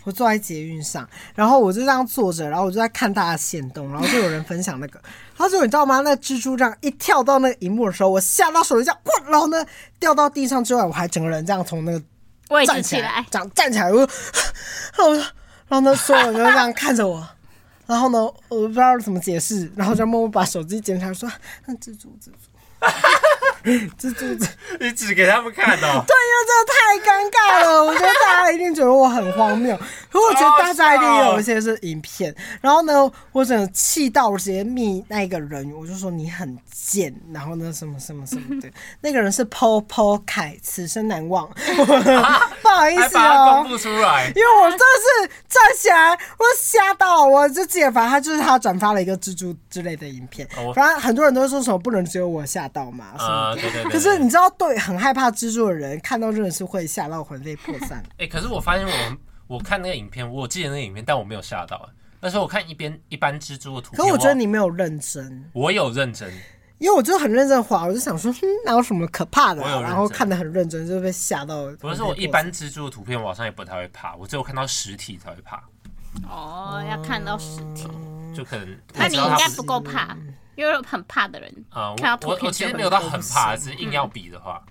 我坐在捷运上，然后我就这样坐着，然后我就在看大家现动，然后就有人分享那个，然后就你知道吗？那蜘蛛这样一跳到那个荧幕的时候，我吓到手一下，哇！然后呢掉到地上之外，我还整个人这样从那个位置站起来，这样站起来，我就， 然后我就，然后呢，所有人都这样看着我，然后呢，我不知道怎么解释，然后就默默把手机捡起来说：“嗯，蜘蛛，蜘蛛，蜘蛛，蜘蛛。”你指给他们看哦。对，因为真的太尴尬了，我觉得大家一定觉得我很荒谬， 可我觉得大家一定有一些是影哦片。然后呢，我整个气到我直接密那个人，我就说你很贱，然后呢什么什么什么的，那个人是 Popo 凯，此生难忘， 不好意 还思把它哦、公布出 来，因为我真的是站起来，我吓到，我就记得，反正他就是他转发了一个蜘蛛之类的影片，哦反正很多人都说什么不能只有我吓到嘛，什么啊，的。对对对。可是你知道，对很害怕蜘蛛的人，看到真的是会吓到魂飞魄散。 哎、可是我发现我我看那个影片，我记得那个影片，但我没有吓到。哎那时候我看一边一般蜘蛛的图片，可我觉得你没有认真，我有认真，因为我就很认真滑，我就想说，哼，哪有什么可怕的、我有啊？认真然后看得很认真，就被吓到魂飞魄散。不是我一般蜘蛛的图片，我好像也不太会怕，我只有看到实体才会怕，哦，要看到实体，嗯就可能那我你知道应它该不是不够怕，因为很怕的人哦啊、看到我图我我片其就实没会有到很怕，嗯只是硬要比的话，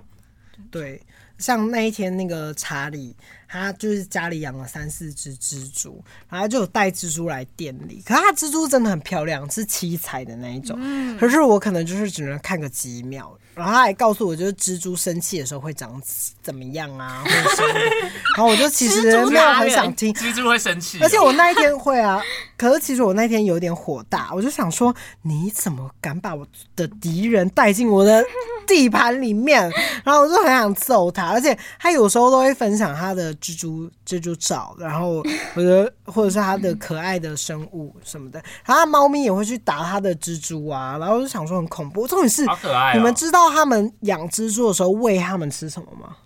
对，像那一天那个查理，他就是家里养了三四只蜘蛛，然后他就有带蜘蛛来店里。可是他蜘蛛真的很漂亮，是七彩的那一种。可是我可能就是只能看个几秒。然后他还告诉我，就是蜘蛛生气的时候会长怎么样啊，或者什么的。然后我就其实没有很想听，蜘蛛会生气哦，而且我那一天会啊， 可是其实我那天有点火大，我就想说，你怎么敢把我的敌人带进我的地盘里面？ 然后我就很想揍他，而且他有时候都会分享他的蜘蛛蜘蛛照，然后 我觉得或者是他的可爱的生物什么的，然后他猫咪也会去打他的蜘蛛啊，然后我就想说很恐怖。重点是，好可爱哦你们知道他们养蜘蛛的时候喂他们吃什么吗？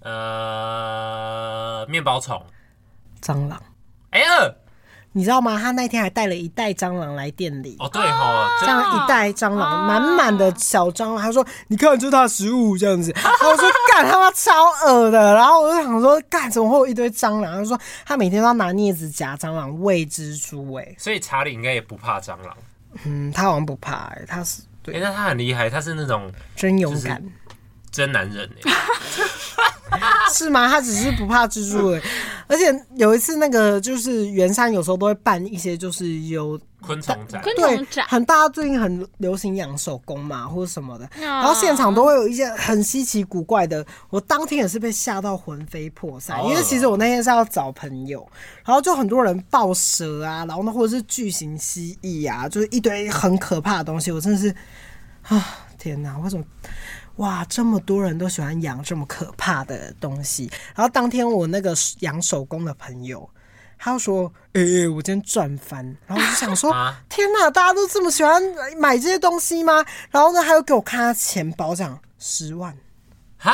啊呃，面包虫，蟑螂，哎呀，你知道吗？他那天还带了一袋蟑螂来店里。哦对吼，啊这这样一袋蟑螂，满满的小蟑螂。他说：“你看，这是他的食物。”这样 子，然后我说：“干他妈超恶的。”然后我就想说：“干怎么会有一堆蟑螂？”他说：“他每天都要拿镊子夹蟑螂喂蜘蛛。”哎，所以查理应该也不怕蟑螂，嗯，他好像不怕、欸，他是哎、对那他很厉害，他是那种真勇 敢，真男人哎，是吗？他只是不怕蜘蛛而已。而且有一次，那个就是圆山有时候都会办一些，就是有昆虫展，昆那对种展很大家最近很流行养手工嘛，或者什么的，啊然后现场都会有一些很稀奇古怪的。我当天也是被吓到魂飞魄散，好恶因为其实我那天是要找朋友，然后就很多人抱蛇啊，然后呢或者是巨型蜥蜴啊，就是一堆很可怕的东西，我真的是啊，天哪，为什么？哇，这么多人都喜欢养这么可怕的东西。然后当天我那个养手工的朋友，他就说：“诶、诶我今天赚翻。”然后我就想说：“啊天哪，大家都这么喜欢买这些东西吗？”然后呢，他又给我看他钱包，讲十万哈，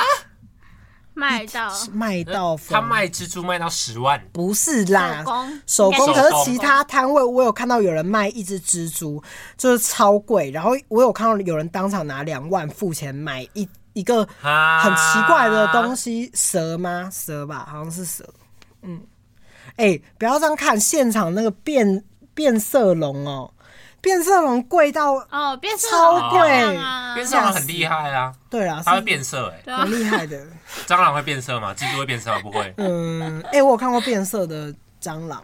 卖到是卖到疯他卖蜘蛛卖到十万，不是啦，手手工工应该可是是其他摊位我有看到有人卖一只蜘蛛，就是超贵，然后我有看到有人当场拿两万付钱买一一个啊很奇怪的东西，蛇吗？蛇吧，好像是蛇。嗯，哎、不要这样看，现场那个变变色龙哦，变色龙贵到哦，变色龙超贵很漂亮啊，变色龙很厉害啊，对啦，是它会变色哎、对啊很厉害的。蟑螂会变色吗？蜘蛛会变色吗？不会，嗯，哎、我有看过变色的蟑螂，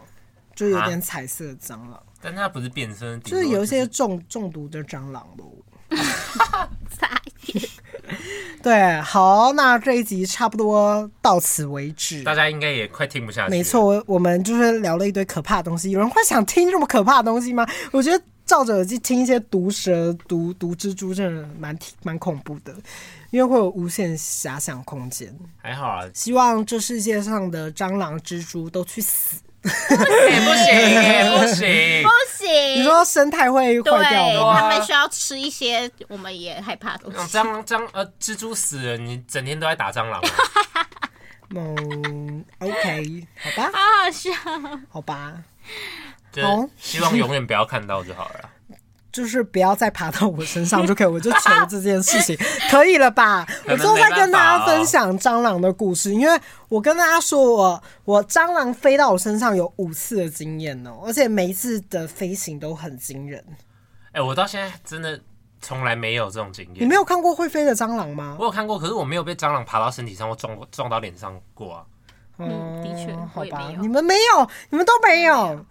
就有啊点彩色的蟑螂。但它不是变色，顶就多是有一些中中毒的蟑螂喽。傻眼对，好，那这一集差不多到此为止。大家应该也快听不下去，没错，，我我们就是聊了一堆可怕的东西，有人会想听这么可怕的东西吗？ 我觉得照着耳机听一些毒蛇、毒毒蜘蛛，真的蛮挺蛮恐怖的，因为会有无限遐想空间。还好啊， 希望这世界上的蟑螂、蜘蛛都去死。哎不行哎不行 不，行，你说生态会对坏掉吗？他们需要吃一些我们也害怕的东那种西。蟑蟑呃蜘蛛死了，你整天都在打 蟑螂吗，啊嗯，OK，好吧，好好笑，好吧，就是哦希望永远不要看到就好了 啦。就是不要再爬到我身上就可以，我就求这件事情，可以了吧？可我能之后再跟没办法大家哦分享蟑螂的故事，因为我跟大家说我我蟑螂飞到我身上有五次的经验哦，而且每一次的飞行都很惊人。哎、我到现在真的从来没有这种经验。你没有看过会飞的蟑螂吗？我有看过，可是我没有被蟑螂爬到身体上或撞过撞到脸上过啊。嗯的确哦好我也吧没，有你们没有，你们都没有。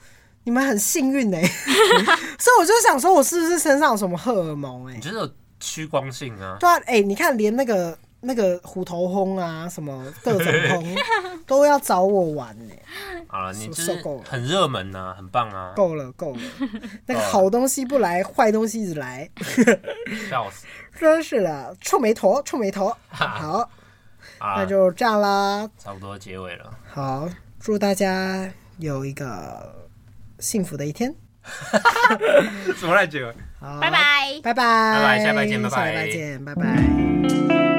你们很幸运哎、 所以我就想说，我是不是身上有什么荷尔蒙哎、你就是有趋光性啊，对啊，哎、你看连那个那个虎头轰啊，什么各 种轰都要找我玩呢、好了，你就受是够了很热门呐、啊，很棒啊，够了够 了，那个好东西不来，坏东西一直来，笑死真是的，臭美头臭美头。好，啊那！就这样啦。差不多结尾了，好，祝大家有一个幸福的一天。什么来结尾？好，拜拜。拜拜，拜拜下礼拜见拜拜下礼拜见，拜拜。